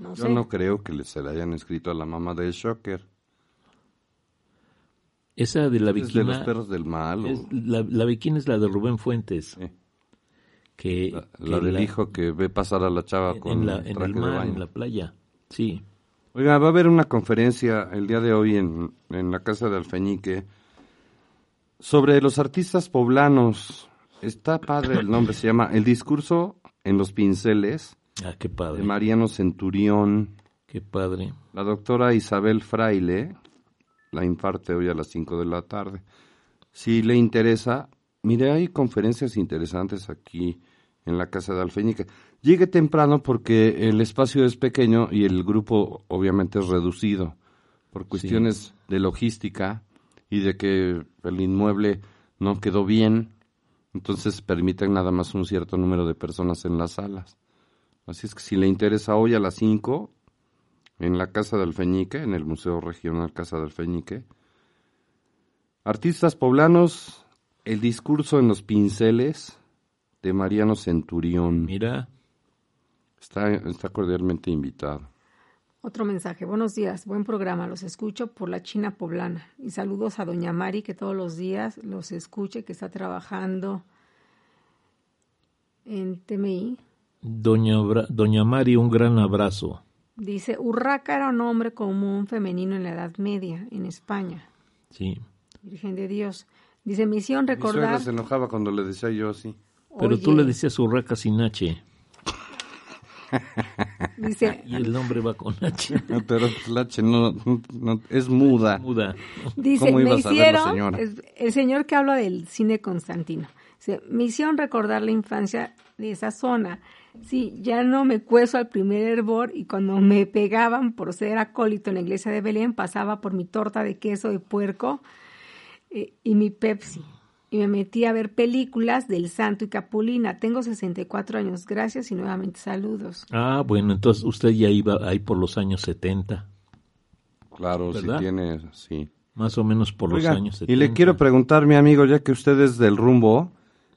[SPEAKER 7] No
[SPEAKER 5] yo
[SPEAKER 7] sé.
[SPEAKER 5] no creo que le- se le hayan escrito a la mamá de Shocker.
[SPEAKER 6] Esa de la
[SPEAKER 5] ¿Es de los
[SPEAKER 6] viquina.
[SPEAKER 5] perros del mal? o-
[SPEAKER 6] es la, la viquina es la de Rubén Fuentes.
[SPEAKER 5] Sí.
[SPEAKER 6] Que,
[SPEAKER 5] La,
[SPEAKER 6] que
[SPEAKER 5] la del
[SPEAKER 6] la-
[SPEAKER 5] hijo que ve pasar a la chava con
[SPEAKER 6] en, la- en
[SPEAKER 5] traje
[SPEAKER 6] el
[SPEAKER 5] de
[SPEAKER 6] mar,
[SPEAKER 5] baño.
[SPEAKER 6] en la playa. Sí.
[SPEAKER 5] Oiga, va a haber una conferencia el día de hoy en, en la Casa de Alfeñique sobre los artistas poblanos. Está padre el nombre, se llama El discurso en los pinceles
[SPEAKER 6] Ah, qué
[SPEAKER 5] de
[SPEAKER 6] padre.
[SPEAKER 5] Mariano Centurión.
[SPEAKER 6] Qué padre.
[SPEAKER 5] La doctora Isabel Fraile la imparte hoy a las 5 de la tarde. Si le interesa, mire, hay conferencias interesantes aquí en la Casa de Alfeñique. Llegue temprano porque el espacio es pequeño y el grupo obviamente es reducido por cuestiones de logística y de que el inmueble no quedó bien. Entonces permiten nada más un cierto número de personas en las salas. Así es que si le interesa hoy a las 5, en la Casa del Feñique, en el Museo Regional Casa del Feñique. Artistas poblanos, el discurso en los pinceles de Mariano Centurión.
[SPEAKER 6] Mira,
[SPEAKER 5] Está, está cordialmente invitado.
[SPEAKER 7] Otro mensaje. Buenos días, buen programa. Los escucho por la China poblana. Y saludos a Doña Mari, que todos los días los escuche, que está trabajando en TMI.
[SPEAKER 6] Doña, Bra- Doña Mari, un gran abrazo.
[SPEAKER 7] Dice, Urraca era un nombre común femenino en la Edad Media, en España.
[SPEAKER 6] Sí.
[SPEAKER 7] Virgen de Dios. Dice, misión
[SPEAKER 5] Mi
[SPEAKER 7] recordar...
[SPEAKER 5] suegra se enojaba cuando le decía yo así.
[SPEAKER 6] Pero tú
[SPEAKER 7] Oye,
[SPEAKER 6] le decías urraca sin H
[SPEAKER 7] Dice,
[SPEAKER 6] y el nombre va con H.
[SPEAKER 5] Pero pues, la H no, no- es muda.
[SPEAKER 6] (laughs) Muda.
[SPEAKER 7] Dice,
[SPEAKER 5] ¿Cómo iba
[SPEAKER 7] me
[SPEAKER 5] a saberlo,
[SPEAKER 7] hicieron,
[SPEAKER 5] señora?
[SPEAKER 7] es- el señor que habla del cine Constantino, dice, me hicieron recordar la infancia de esa zona. Sí, ya no me cueso al primer hervor y cuando me pegaban por ser acólito en la iglesia de Belén, pasaba por mi torta de queso de puerco eh, y mi Pepsi. Y me metí a ver películas del Santo y Capulina. Tengo 64 años. Gracias y nuevamente saludos.
[SPEAKER 6] Ah, bueno, entonces usted ya iba ahí por los años 70,
[SPEAKER 5] Claro, si
[SPEAKER 6] ¿Verdad?
[SPEAKER 5] tiene, sí.
[SPEAKER 6] más o menos por
[SPEAKER 5] Oiga,
[SPEAKER 6] los años 70.
[SPEAKER 5] y le quiero preguntar, mi amigo, ya que usted es del rumbo,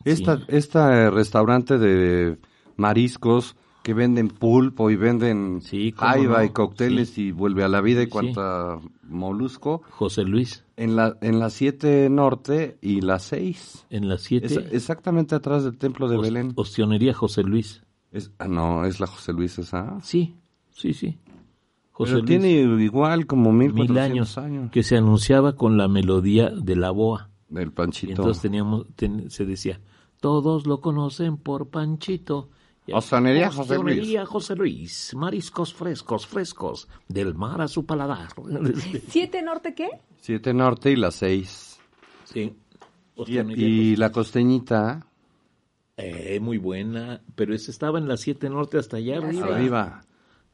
[SPEAKER 5] esta,
[SPEAKER 6] Sí.
[SPEAKER 5] esta eh, restaurante de mariscos que venden pulpo y venden
[SPEAKER 6] Sí, cómo
[SPEAKER 5] jaiba
[SPEAKER 6] no,
[SPEAKER 5] y cócteles y vuelve a la vida y
[SPEAKER 6] Sí.
[SPEAKER 5] cuanta molusco,
[SPEAKER 6] José Luis,
[SPEAKER 5] en la en la 7 Norte y la 6.
[SPEAKER 6] en las 7,
[SPEAKER 5] Es- exactamente atrás del templo de Belén.
[SPEAKER 6] Ostionería José Luis.
[SPEAKER 5] Es- ah, no, es la José Luis esa.
[SPEAKER 6] Sí, sí, sí. José
[SPEAKER 5] Pero
[SPEAKER 6] Luis,
[SPEAKER 5] tiene igual como
[SPEAKER 6] mil
[SPEAKER 5] 1400
[SPEAKER 6] años,
[SPEAKER 5] años.
[SPEAKER 6] que se anunciaba con la melodía de la boa.
[SPEAKER 5] Del
[SPEAKER 6] Y
[SPEAKER 5] Panchito.
[SPEAKER 6] entonces teníamos, ten- se decía, todos lo conocen por Panchito. Y-
[SPEAKER 5] Osanería José Luis.
[SPEAKER 6] Osanería José Luis, mariscos frescos, frescos, del mar a su paladar. (laughs)
[SPEAKER 7] ¿Siete Norte qué?
[SPEAKER 5] 7 Norte y la 6.
[SPEAKER 6] sí.
[SPEAKER 5] Y,
[SPEAKER 6] Osanería
[SPEAKER 5] y la costeñita
[SPEAKER 6] Eh, muy buena, pero esa estaba en la 7 Norte hasta allá arriba.
[SPEAKER 5] Arriba.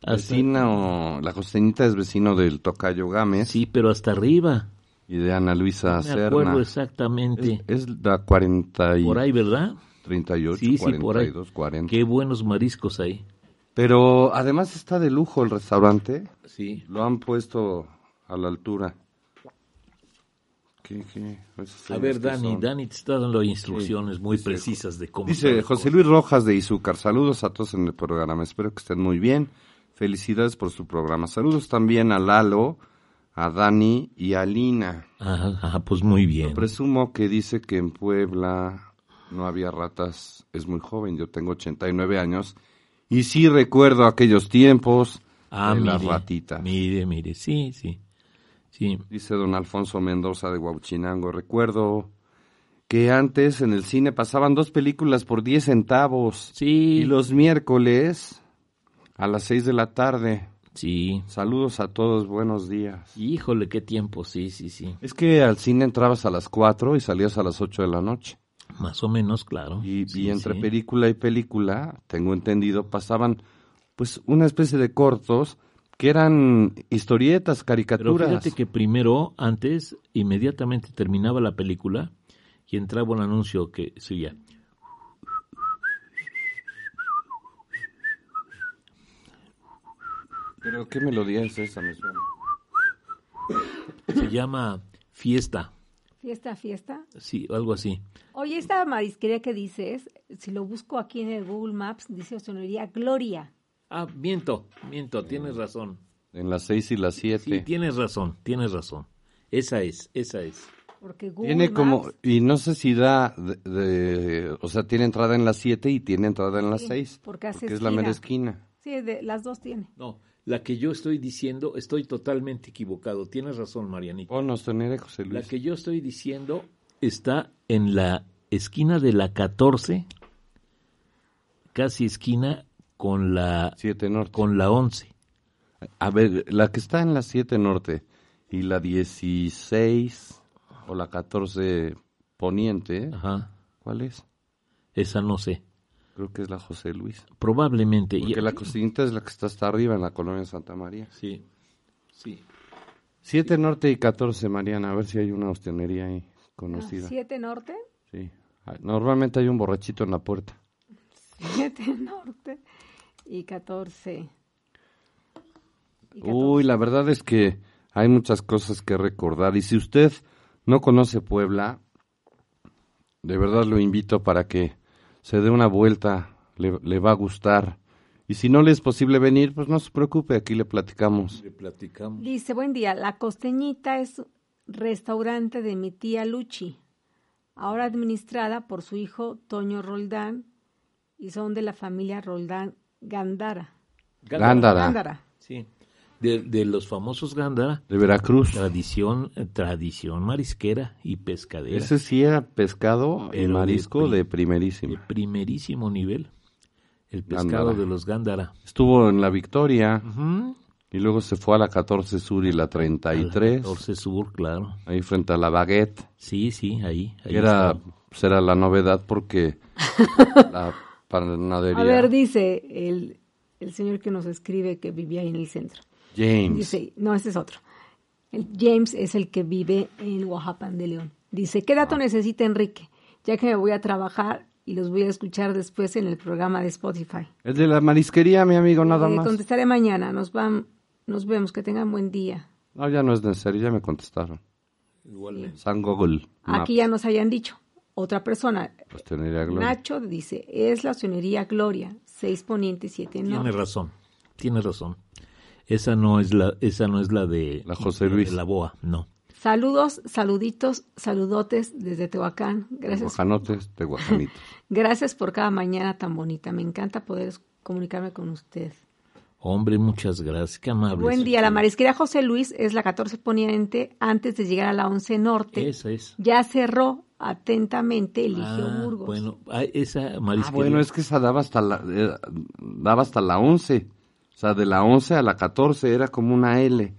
[SPEAKER 6] Hasta-
[SPEAKER 5] Vecino, la costeñita es vecino del Tocayo Gámez.
[SPEAKER 6] Sí, pero hasta arriba.
[SPEAKER 5] y de Ana Luisa
[SPEAKER 6] Me
[SPEAKER 5] Serna.
[SPEAKER 6] acuerdo exactamente.
[SPEAKER 5] Es, es la 40 y
[SPEAKER 6] Por ahí, ¿verdad?
[SPEAKER 5] 38,
[SPEAKER 6] Sí, sí, por ahí.
[SPEAKER 5] 42, 40.
[SPEAKER 6] Qué buenos mariscos ahí.
[SPEAKER 5] Pero además está de lujo el restaurante.
[SPEAKER 6] Sí.
[SPEAKER 5] Lo han puesto a la altura. ¿Qué, qué? Esos
[SPEAKER 6] A ver,
[SPEAKER 5] temas que
[SPEAKER 6] Dani,
[SPEAKER 5] son.
[SPEAKER 6] Dani te está dando instrucciones muy precisas de cómo.
[SPEAKER 5] Dice José Luis Rojas de Izúcar, saludos a todos en el programa, espero que estén muy bien, felicidades por su programa, saludos también a Lalo, a Dani y a Lina.
[SPEAKER 6] Ah, ah, pues muy bien.
[SPEAKER 5] Presumo que dice que en Puebla no había ratas, es muy joven, yo tengo 89 años y sí recuerdo aquellos tiempos
[SPEAKER 6] Ah,
[SPEAKER 5] de
[SPEAKER 6] mire,
[SPEAKER 5] las ratitas.
[SPEAKER 6] Mire, mire, sí, sí. Sí,
[SPEAKER 5] Dice don Alfonso Mendoza de Huauchinango, recuerdo que antes en el cine pasaban dos películas por 10 centavos.
[SPEAKER 6] sí,
[SPEAKER 5] Y los miércoles a las 6 de la tarde.
[SPEAKER 6] sí.
[SPEAKER 5] Saludos a todos, buenos días.
[SPEAKER 6] Híjole, qué tiempo, sí, sí, sí.
[SPEAKER 5] Es que al cine entrabas a las 4 y salías a las 8 de la noche.
[SPEAKER 6] Más o menos, claro.
[SPEAKER 5] Y,
[SPEAKER 6] Sí,
[SPEAKER 5] y entre
[SPEAKER 6] sí.
[SPEAKER 5] película y película, tengo entendido, pasaban pues una especie de cortos que eran historietas,
[SPEAKER 6] Pero
[SPEAKER 5] caricaturas.
[SPEAKER 6] fíjate que primero, antes, inmediatamente terminaba la película y entraba un anuncio que seguía.
[SPEAKER 5] Pero qué melodía es esa, me suena.
[SPEAKER 6] Se llama Fiesta,
[SPEAKER 7] Fiesta, fiesta.
[SPEAKER 6] sí, algo así.
[SPEAKER 7] Oye, esta marisquería que dices, si lo busco aquí en el Google Maps, dice sonería Gloria.
[SPEAKER 6] Ah, miento, miento,
[SPEAKER 5] Mm.
[SPEAKER 6] tienes razón.
[SPEAKER 5] En las 6 y las 7.
[SPEAKER 6] Sí, tienes razón, tienes razón. Esa es, esa es.
[SPEAKER 7] Porque Google
[SPEAKER 5] Tiene como,
[SPEAKER 7] Maps-
[SPEAKER 5] y no sé si da, de, de- o sea, tiene entrada en las 7 y tiene entrada en las
[SPEAKER 7] Sí,
[SPEAKER 5] 6.
[SPEAKER 7] porque hace
[SPEAKER 5] es la
[SPEAKER 7] esquina.
[SPEAKER 5] mera esquina.
[SPEAKER 7] Sí, de- las dos tiene.
[SPEAKER 6] No, la que yo estoy diciendo, estoy totalmente equivocado. Tienes razón, Marianita.
[SPEAKER 5] Ponos, teneré José
[SPEAKER 6] La
[SPEAKER 5] Oh, Luis.
[SPEAKER 6] que yo estoy diciendo está en la esquina de la 14, casi esquina con la
[SPEAKER 5] 7 Norte.
[SPEAKER 6] con la 11.
[SPEAKER 5] A ver, la que está en la 7 Norte y la 16 o la 14 Poniente,
[SPEAKER 6] Ajá.
[SPEAKER 5] ¿cuál es?
[SPEAKER 6] Esa no sé.
[SPEAKER 5] Creo que es la José Luis.
[SPEAKER 6] Probablemente y-
[SPEAKER 5] Porque la cocinita es la que está hasta arriba en la colonia Santa María.
[SPEAKER 6] Sí. Sí.
[SPEAKER 5] 7 Norte y 14, Mariana, a ver si hay una hostelería ahí
[SPEAKER 7] Ah,
[SPEAKER 5] conocida.
[SPEAKER 7] Siete Norte. (laughs)
[SPEAKER 5] Sí. Ah, Normalmente hay un borrachito en la puerta.
[SPEAKER 7] 7 norte y 14. Y 14.
[SPEAKER 5] Uy, la verdad es que hay muchas cosas que recordar. Y si usted no conoce Puebla, de verdad lo invito para que se dé una vuelta, le, le va a gustar. Y si no le es posible venir, pues no se preocupe, aquí le platicamos.
[SPEAKER 6] Le platicamos.
[SPEAKER 7] Dice, buen día, la costeñita es restaurante de mi tía Luchi, ahora administrada por su hijo Toño Roldán y son de la familia Roldán Gandara.
[SPEAKER 5] Gándara.
[SPEAKER 7] Gándara.
[SPEAKER 6] Sí. De, de los famosos Gándara,
[SPEAKER 5] De Veracruz.
[SPEAKER 6] tradición eh, tradición marisquera y pescadera.
[SPEAKER 5] Ese sí era pescado y
[SPEAKER 6] Pero de
[SPEAKER 5] marisco
[SPEAKER 6] pri-
[SPEAKER 5] de
[SPEAKER 6] de
[SPEAKER 5] primerísima.
[SPEAKER 6] primerísimo nivel. El pescado
[SPEAKER 5] Gándara.
[SPEAKER 6] de los Gándara.
[SPEAKER 5] Estuvo en la Victoria
[SPEAKER 6] Ujú.
[SPEAKER 5] y luego se fue a la 14 Sur y la
[SPEAKER 6] A la
[SPEAKER 5] 33,
[SPEAKER 6] 14 Sur, claro.
[SPEAKER 5] ahí frente a la Baguette.
[SPEAKER 6] Sí, sí, ahí. ahí
[SPEAKER 5] era,
[SPEAKER 6] está.
[SPEAKER 5] pues, era la novedad
[SPEAKER 7] (laughs)
[SPEAKER 5] porque la panadería
[SPEAKER 7] A ver, dice el, el señor que nos escribe que vivía ahí en el centro.
[SPEAKER 5] James
[SPEAKER 7] Dice, no, ese es otro. El James es el que vive en Oaxaca de León. Dice, ¿qué
[SPEAKER 5] Ah.
[SPEAKER 7] dato necesita Enrique? Ya que me voy a trabajar y los voy a escuchar después en el programa de Spotify.
[SPEAKER 5] es de la marisquería mi amigo nada
[SPEAKER 7] Eh,
[SPEAKER 5] más
[SPEAKER 7] Contestaré mañana. Nos, vam- nos vemos. Que tengan buen día.
[SPEAKER 5] no ya no es necesario ya me contestaron San Google Maps,
[SPEAKER 7] Aquí ya nos hayan dicho. Otra persona,
[SPEAKER 5] pues, tendría gloria.
[SPEAKER 7] Nacho, dice, es la sonería Gloria, 6 Poniente 7
[SPEAKER 6] Tiene
[SPEAKER 7] Norte.
[SPEAKER 6] razón, tiene razón. Esa no es la, esa no es la de
[SPEAKER 5] La José Luis.
[SPEAKER 6] de la boa, no.
[SPEAKER 7] Saludos, saluditos, saludotes desde Tehuacán. Gracias,
[SPEAKER 5] Tehuacanotes, tehuacanitos.
[SPEAKER 7] gracias por cada mañana tan bonita. Me encanta poder es- comunicarme con usted.
[SPEAKER 6] Hombre, muchas gracias, qué amable.
[SPEAKER 7] Buen día. La marisquería José Luis es la 14 Poniente antes de llegar a la 11 Norte.
[SPEAKER 6] Esa es.
[SPEAKER 7] Ya cerró atentamente Eligio
[SPEAKER 6] Ah,
[SPEAKER 7] Burgos.
[SPEAKER 6] Bueno, ah, esa
[SPEAKER 5] ah
[SPEAKER 6] marisquería.
[SPEAKER 5] bueno es que esa daba hasta la eh, daba hasta la 11 o sea de la 11 a la 14 era como una L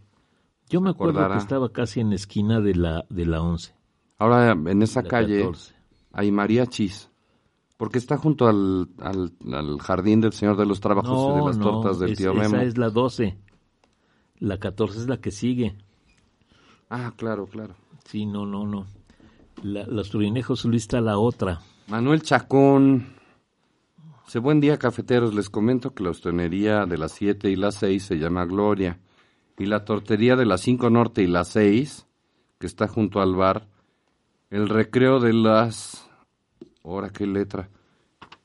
[SPEAKER 6] Yo me acuerdo
[SPEAKER 5] Acordará.
[SPEAKER 6] que estaba casi en la esquina de la de la 11.
[SPEAKER 5] ahora en esa
[SPEAKER 6] la
[SPEAKER 5] calle
[SPEAKER 6] 14.
[SPEAKER 5] hay mariachis porque está junto al, al, al jardín del Señor de los Trabajos y de las
[SPEAKER 6] no,
[SPEAKER 5] Tortas del
[SPEAKER 6] es-
[SPEAKER 5] Tío Memo.
[SPEAKER 6] Esa es la 12. La 14 es la que sigue.
[SPEAKER 5] Ah, claro, claro.
[SPEAKER 6] Sí, no, no, no. La, los turinejos lista la otra.
[SPEAKER 5] Manuel Chacón. Se buen día, cafeteros. Les comento que la tonería de las 7 y las 6 se llama Gloria. Y la tortería de las 5 Norte y las 6, que está junto al bar, el recreo de las... Ahora, qué letra.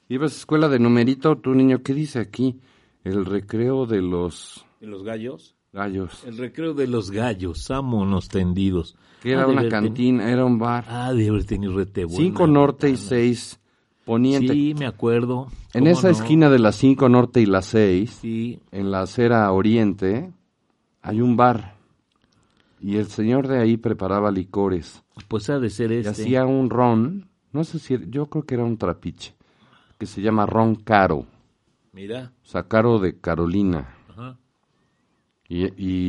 [SPEAKER 5] Ibas a escuela de numerito, tu niño, ¿qué dice aquí? El recreo de los
[SPEAKER 6] ¿De los gallos?
[SPEAKER 5] gallos.
[SPEAKER 6] El recreo de los gallos, ámonos tendidos. Ah,
[SPEAKER 5] Que era
[SPEAKER 6] de
[SPEAKER 5] una
[SPEAKER 6] haber teni-
[SPEAKER 5] cantina, era un bar.
[SPEAKER 6] Ah, de haber tenido rete buena.
[SPEAKER 5] 5 Norte y 6 Poniente.
[SPEAKER 6] Sí, me acuerdo.
[SPEAKER 5] en
[SPEAKER 6] ¿Cómo
[SPEAKER 5] esa
[SPEAKER 6] no?
[SPEAKER 5] esquina de las 5 Norte y las 6,
[SPEAKER 6] Sí,
[SPEAKER 5] en la acera Oriente, hay un bar. Y el señor de ahí preparaba licores.
[SPEAKER 6] pues ha de ser
[SPEAKER 5] Y
[SPEAKER 6] este.
[SPEAKER 5] hacía un ron, no sé si, era- yo creo que era un trapiche, que se llama ron caro, o
[SPEAKER 6] Mira,
[SPEAKER 5] sea, caro de Carolina.
[SPEAKER 6] ajá.
[SPEAKER 5] Y,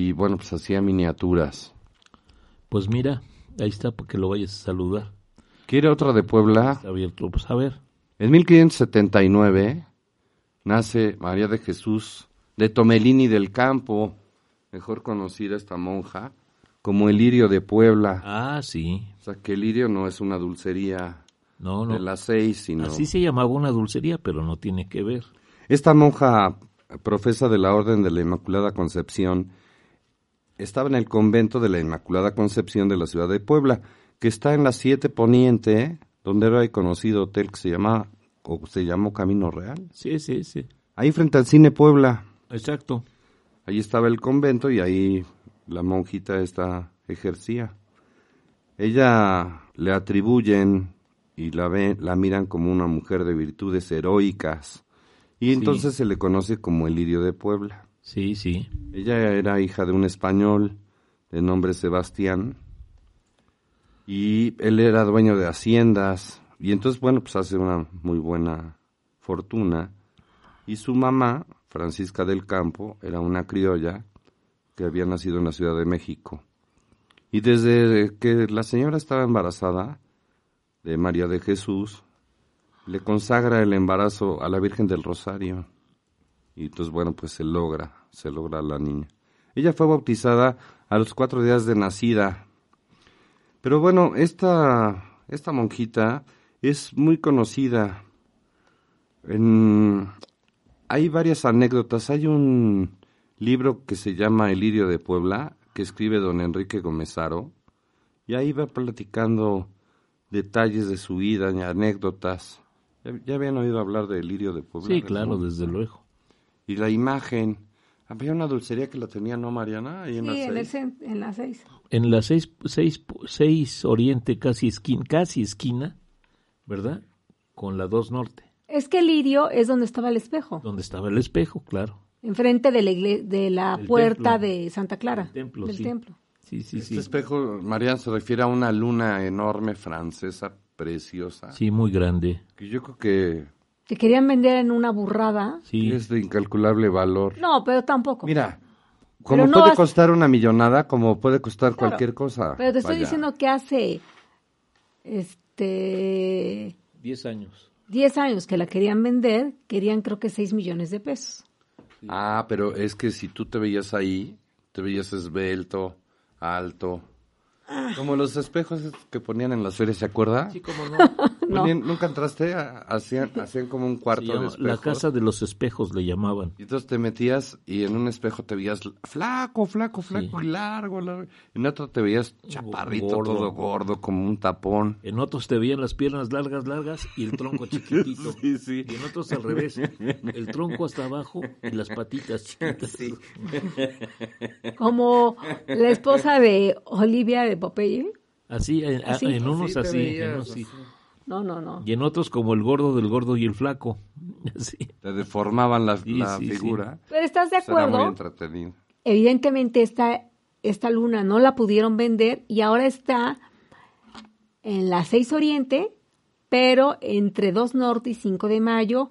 [SPEAKER 5] y, bueno, pues hacía miniaturas.
[SPEAKER 6] Pues mira, ahí está para que lo vayas a saludar.
[SPEAKER 5] ¿Quiere otra de Puebla?
[SPEAKER 6] Está abierto, pues a ver.
[SPEAKER 5] En 1579 nace María de Jesús de Tomelini del Campo, mejor conocida esta monja, como el lirio de Puebla.
[SPEAKER 6] Ah, sí.
[SPEAKER 5] O sea, que el lirio no es una dulcería
[SPEAKER 6] No,
[SPEAKER 5] de
[SPEAKER 6] no.
[SPEAKER 5] las seis, sino...
[SPEAKER 6] Así se llamaba una dulcería, pero no tiene que ver.
[SPEAKER 5] Esta monja profesa de la Orden de la Inmaculada Concepción estaba en el convento de la Inmaculada Concepción de la ciudad de Puebla, que está en la 7 Poniente, donde era el conocido hotel que se llamaba o se llamó Camino Real.
[SPEAKER 6] Sí, sí, sí.
[SPEAKER 5] Ahí frente al cine Puebla,
[SPEAKER 6] Exacto.
[SPEAKER 5] ahí estaba el convento y ahí la monjita esta ejercía. Ella le atribuyen y la ven, la miran como una mujer de virtudes heroicas y entonces se le conoce como el lirio de Puebla.
[SPEAKER 6] Sí, sí.
[SPEAKER 5] Ella era hija de un español de nombre Sebastián y él era dueño de haciendas y entonces bueno pues hace una muy buena fortuna y su mamá Francisca del Campo era una criolla que había nacido en la Ciudad de México y desde que la señora estaba embarazada de María de Jesús le consagra el embarazo a la Virgen del Rosario y entonces, bueno, pues se logra, se logra la niña. Ella fue bautizada a los cuatro días de nacida. Pero bueno, esta, esta monjita es muy conocida. En- hay varias anécdotas. Hay un libro que se llama El lirio de Puebla, que escribe don Enrique Gomezaro, y ahí va platicando detalles de su vida, y anécdotas. ¿Ya, ya habían oído hablar del lirio de Puebla?
[SPEAKER 6] Sí,
[SPEAKER 5] ¿verdad?
[SPEAKER 6] claro, desde luego.
[SPEAKER 5] Y la imagen. Había una dulcería que la tenía, ¿no, Mariana? Ahí en
[SPEAKER 7] Sí,
[SPEAKER 5] la
[SPEAKER 7] en, el
[SPEAKER 5] seis.
[SPEAKER 7] cen- en las seis.
[SPEAKER 6] En la 6 seis, seis Oriente, casi esquina, casi esquina, ¿verdad? Con la 2 Norte,
[SPEAKER 7] Es que el lirio es donde estaba el espejo,
[SPEAKER 6] donde estaba el espejo, claro.
[SPEAKER 7] enfrente de la, igle- de la
[SPEAKER 6] Del
[SPEAKER 7] puerta
[SPEAKER 6] templo.
[SPEAKER 7] de Santa Clara.
[SPEAKER 6] Del templo,
[SPEAKER 7] del
[SPEAKER 6] sí.
[SPEAKER 7] templo.
[SPEAKER 6] Sí, sí,
[SPEAKER 5] Este
[SPEAKER 6] sí.
[SPEAKER 5] espejo, Mariana, se refiere a una luna enorme francesa, preciosa.
[SPEAKER 6] Sí, muy grande.
[SPEAKER 5] Que yo creo que
[SPEAKER 7] Te querían vender en una burrada.
[SPEAKER 6] Sí,
[SPEAKER 5] es de incalculable valor.
[SPEAKER 7] No, pero tampoco.
[SPEAKER 5] Mira, como
[SPEAKER 7] no
[SPEAKER 5] puede
[SPEAKER 7] has-
[SPEAKER 5] costar una millonada, como puede costar cualquier cosa.
[SPEAKER 7] pero te estoy
[SPEAKER 5] Ah, Vaya.
[SPEAKER 7] diciendo que hace este
[SPEAKER 6] 10 años.
[SPEAKER 7] 10 años que la querían vender, querían creo que 6 millones de pesos.
[SPEAKER 5] Ah, pero es que si tú te veías ahí, te veías esbelto, alto.
[SPEAKER 7] Ah.
[SPEAKER 5] Como los espejos que ponían en las ferias, ¿se acuerda?
[SPEAKER 6] Sí, cómo (laughs) no.
[SPEAKER 5] Ponían- ¿Nunca entraste? a- Hacían, hacían como un
[SPEAKER 6] Se
[SPEAKER 5] cuarto de
[SPEAKER 6] llama
[SPEAKER 5] espejos.
[SPEAKER 6] la casa de los espejos le llamaban.
[SPEAKER 5] Y entonces te metías y en un espejo te veías flaco, flaco, flaco y largo, largo. En otro te veías chaparrito,
[SPEAKER 6] Gordo.
[SPEAKER 5] todo gordo, como un tapón.
[SPEAKER 6] En otros te veían las piernas largas, largas y
[SPEAKER 5] (laughs)
[SPEAKER 6] el tronco chiquitito.
[SPEAKER 5] Sí, sí.
[SPEAKER 6] Y en otros al revés. El tronco hasta abajo y
[SPEAKER 5] (laughs)
[SPEAKER 6] las patitas chiquitas.
[SPEAKER 7] Como la esposa de Olivia de Popeye.
[SPEAKER 6] Así, en, a-
[SPEAKER 7] Así.
[SPEAKER 6] en unos
[SPEAKER 5] Así te
[SPEAKER 6] así, en
[SPEAKER 5] veías,
[SPEAKER 6] unos sí.
[SPEAKER 7] No, no, no.
[SPEAKER 6] Y en otros como el gordo del gordo y el flaco. (laughs) Así.
[SPEAKER 5] Te deformaban la,
[SPEAKER 6] Sí,
[SPEAKER 5] la
[SPEAKER 6] sí, sí.
[SPEAKER 5] figura.
[SPEAKER 7] Pero estás de
[SPEAKER 5] Pues Era muy
[SPEAKER 7] acuerdo,
[SPEAKER 5] entretenido.
[SPEAKER 7] evidentemente esta, esta luna no la pudieron vender y ahora está en la 6 Oriente, pero entre 2 Norte y 5 de Mayo,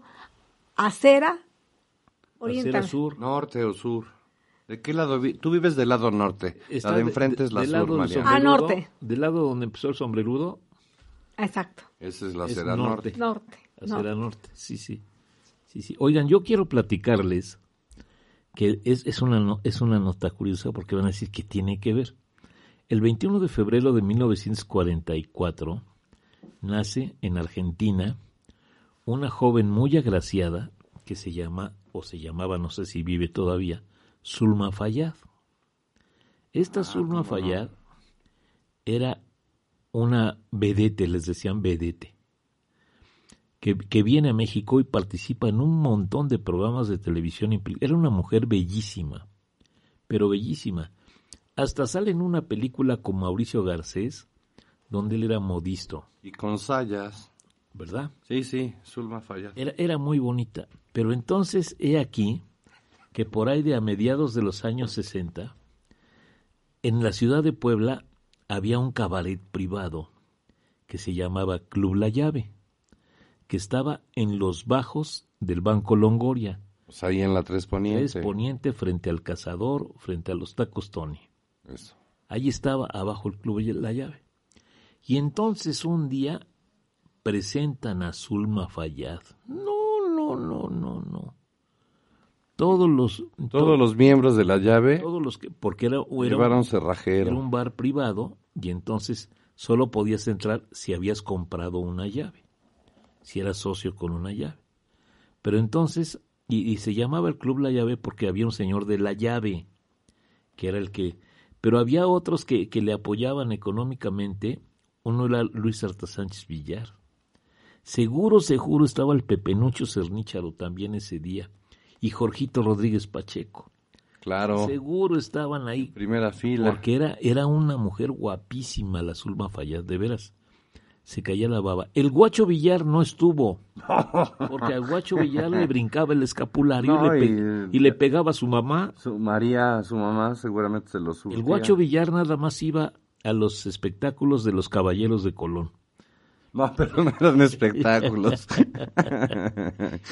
[SPEAKER 7] acera
[SPEAKER 6] Acera
[SPEAKER 7] oriental.
[SPEAKER 6] sur.
[SPEAKER 5] Norte o sur. ¿De qué lado? vi- Tú vives del lado norte.
[SPEAKER 6] Está
[SPEAKER 5] la de enfrente es la
[SPEAKER 6] del
[SPEAKER 5] sur,
[SPEAKER 6] lado del
[SPEAKER 5] Mariana.
[SPEAKER 7] Ah,
[SPEAKER 6] sombrerudo,
[SPEAKER 7] norte.
[SPEAKER 6] Del lado donde empezó el sombrerudo,
[SPEAKER 7] Exacto,
[SPEAKER 5] Esa es la
[SPEAKER 6] es
[SPEAKER 5] acera norte.
[SPEAKER 6] norte.
[SPEAKER 7] norte.
[SPEAKER 6] hacia
[SPEAKER 7] norte.
[SPEAKER 6] la norte. Sí, sí. Sí, sí. Oigan, yo quiero platicarles que es, es una, no- es una nota curiosa porque van a decir que tiene que ver. El 21 de febrero de 1944 nace en Argentina una joven muy agraciada que se llama, o se llamaba, no sé si vive todavía, Zulma Fayad. Esta Zulma Fayad era una vedete, les decían vedete, que, que viene a México y participa en un montón de programas de televisión. impli- Era una mujer bellísima, pero bellísima. Hasta sale en una película con Mauricio Garcés, donde él era modisto,
[SPEAKER 5] Y con sayas.
[SPEAKER 6] ¿verdad?
[SPEAKER 5] Sí, sí, Zulma Fayad.
[SPEAKER 6] Era, era muy bonita. Pero entonces he aquí que por ahí de a mediados de los años 60, en la ciudad de Puebla había un cabaret privado que se llamaba Club La Llave, que estaba en los bajos del Banco Longoria,
[SPEAKER 5] Pues ahí en la Tres
[SPEAKER 6] que
[SPEAKER 5] Poniente.
[SPEAKER 6] es poniente frente al cazador, frente a los tacos Tony.
[SPEAKER 5] Eso.
[SPEAKER 6] Ahí estaba abajo el club y la llave. Y entonces un día presentan a Zulma Fayad. No, no, no, no, no. Todos los
[SPEAKER 5] Todos los miembros de la llave
[SPEAKER 6] todos los que porque era, o era
[SPEAKER 5] llevaron
[SPEAKER 6] un,
[SPEAKER 5] cerrajero.
[SPEAKER 6] era un bar privado y entonces solo podías entrar si habías comprado una llave, si eras socio con una llave. Pero entonces y, y se llamaba el club La Llave porque había un señor de La Llave que era el que. Pero había otros que, que le apoyaban económicamente. Uno era Luis Arta Sánchez Villar. Seguro, seguro estaba el Pepenucho Cernícharo también ese día. Y Jorgito Rodríguez Pacheco.
[SPEAKER 5] Claro.
[SPEAKER 6] Seguro estaban ahí.
[SPEAKER 5] Primera fila.
[SPEAKER 6] Porque era, era una mujer guapísima la Zulma Fayad, de veras. Se caía la baba. El Guacho Villar
[SPEAKER 5] (laughs)
[SPEAKER 6] no estuvo. Porque al Guacho Villar le brincaba el escapulario y,
[SPEAKER 5] No,
[SPEAKER 6] le pe-
[SPEAKER 5] y-
[SPEAKER 6] y le pegaba a su mamá.
[SPEAKER 5] Su María, su mamá, seguramente se lo subió.
[SPEAKER 6] El guacho Villar nada más iba a los espectáculos de los caballeros de Colón.
[SPEAKER 5] No, pero no eran
[SPEAKER 6] (laughs)
[SPEAKER 5] espectáculos.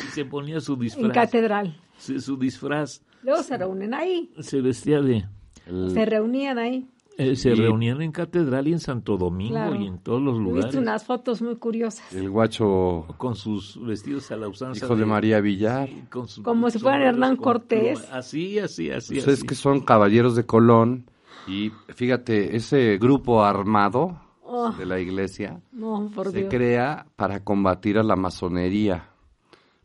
[SPEAKER 6] Y se ponía su
[SPEAKER 7] en
[SPEAKER 6] disfraz.
[SPEAKER 7] catedral.
[SPEAKER 6] Su, su disfraz
[SPEAKER 7] Luego se reúnen ahí,
[SPEAKER 6] se vestía de...
[SPEAKER 7] se reunían ahí.
[SPEAKER 6] eh, se
[SPEAKER 5] Sí.
[SPEAKER 6] reunían en Catedral y en Santo Domingo
[SPEAKER 7] Claro.
[SPEAKER 6] y en todos los lugares.
[SPEAKER 5] eh.
[SPEAKER 7] Viste unas fotos muy curiosas,
[SPEAKER 5] El guacho
[SPEAKER 6] Con sus vestidos a la usanza.
[SPEAKER 5] hijo de María Villar.
[SPEAKER 6] con sus
[SPEAKER 7] Como si fueran
[SPEAKER 6] sombreros
[SPEAKER 7] Hernán
[SPEAKER 6] con
[SPEAKER 7] Cortés.
[SPEAKER 6] pluma. Así, así, así.
[SPEAKER 5] Pues es
[SPEAKER 6] así.
[SPEAKER 5] que son caballeros de Colón. Y fíjate, ese grupo armado
[SPEAKER 7] Oh.
[SPEAKER 5] de la iglesia
[SPEAKER 7] no, por
[SPEAKER 5] se
[SPEAKER 7] Dios.
[SPEAKER 5] crea para combatir a la masonería.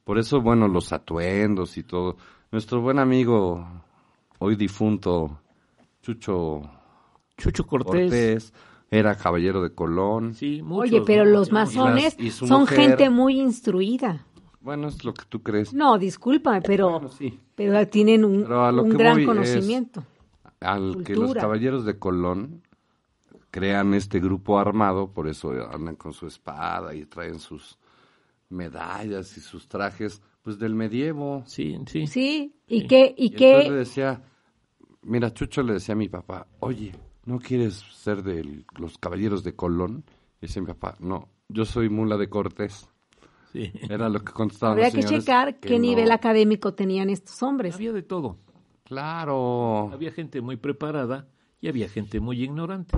[SPEAKER 5] Por eso, bueno, los atuendos y todo. Nuestro buen amigo, hoy difunto, Chucho
[SPEAKER 6] Chucho Cortés.
[SPEAKER 5] Cortés, era caballero de Colón.
[SPEAKER 6] Sí, muchos,
[SPEAKER 7] Oye, pero
[SPEAKER 6] ¿no?
[SPEAKER 7] los
[SPEAKER 5] Y
[SPEAKER 7] masones
[SPEAKER 5] las- y su
[SPEAKER 7] son
[SPEAKER 5] mujer.
[SPEAKER 7] gente muy instruida.
[SPEAKER 5] Bueno, es lo que tú crees.
[SPEAKER 7] No, disculpa, pero,
[SPEAKER 5] Bueno, sí.
[SPEAKER 7] pero tienen un,
[SPEAKER 5] Pero a lo
[SPEAKER 7] un
[SPEAKER 5] que voy
[SPEAKER 7] gran
[SPEAKER 5] es-
[SPEAKER 7] conocimiento.
[SPEAKER 5] Al que los
[SPEAKER 7] Cultura.
[SPEAKER 5] caballeros de Colón crean este grupo armado, por eso andan con su espada y traen sus medallas y sus trajes, pues del medievo.
[SPEAKER 6] Sí, sí.
[SPEAKER 7] Sí, y qué, y
[SPEAKER 5] entonces le
[SPEAKER 7] qué,
[SPEAKER 5] decía, mira, Chucho le decía a mi papá, oye, ¿no quieres ser de el- los caballeros de Colón? Y dice mi papá, no, yo soy mula de Cortés.
[SPEAKER 6] sí.
[SPEAKER 5] Era lo que contestaban
[SPEAKER 7] habría
[SPEAKER 5] los
[SPEAKER 7] que
[SPEAKER 5] señores
[SPEAKER 7] checar
[SPEAKER 5] que
[SPEAKER 7] qué
[SPEAKER 5] no.
[SPEAKER 7] nivel académico tenían estos hombres.
[SPEAKER 6] Había de todo.
[SPEAKER 5] Claro.
[SPEAKER 6] Había gente muy preparada y había gente muy ignorante.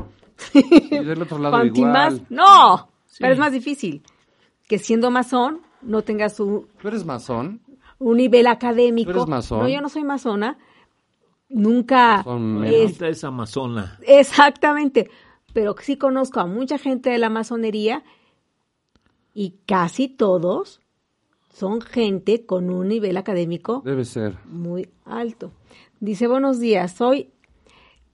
[SPEAKER 5] Y del otro lado
[SPEAKER 7] Cuanti
[SPEAKER 5] igual.
[SPEAKER 7] más, no, pero es más difícil que siendo masón no tengas un,
[SPEAKER 5] ¿Tú eres masón?
[SPEAKER 7] un nivel académico.
[SPEAKER 5] ¿Tú eres masón?
[SPEAKER 7] No, yo no soy masona. Nunca.
[SPEAKER 5] Masón,
[SPEAKER 7] Ah, es-
[SPEAKER 6] Esta es amazona.
[SPEAKER 7] exactamente. Pero sí conozco a mucha gente de la masonería y casi todos son gente con un nivel académico
[SPEAKER 5] Debe ser.
[SPEAKER 7] muy alto. Dice, buenos días, soy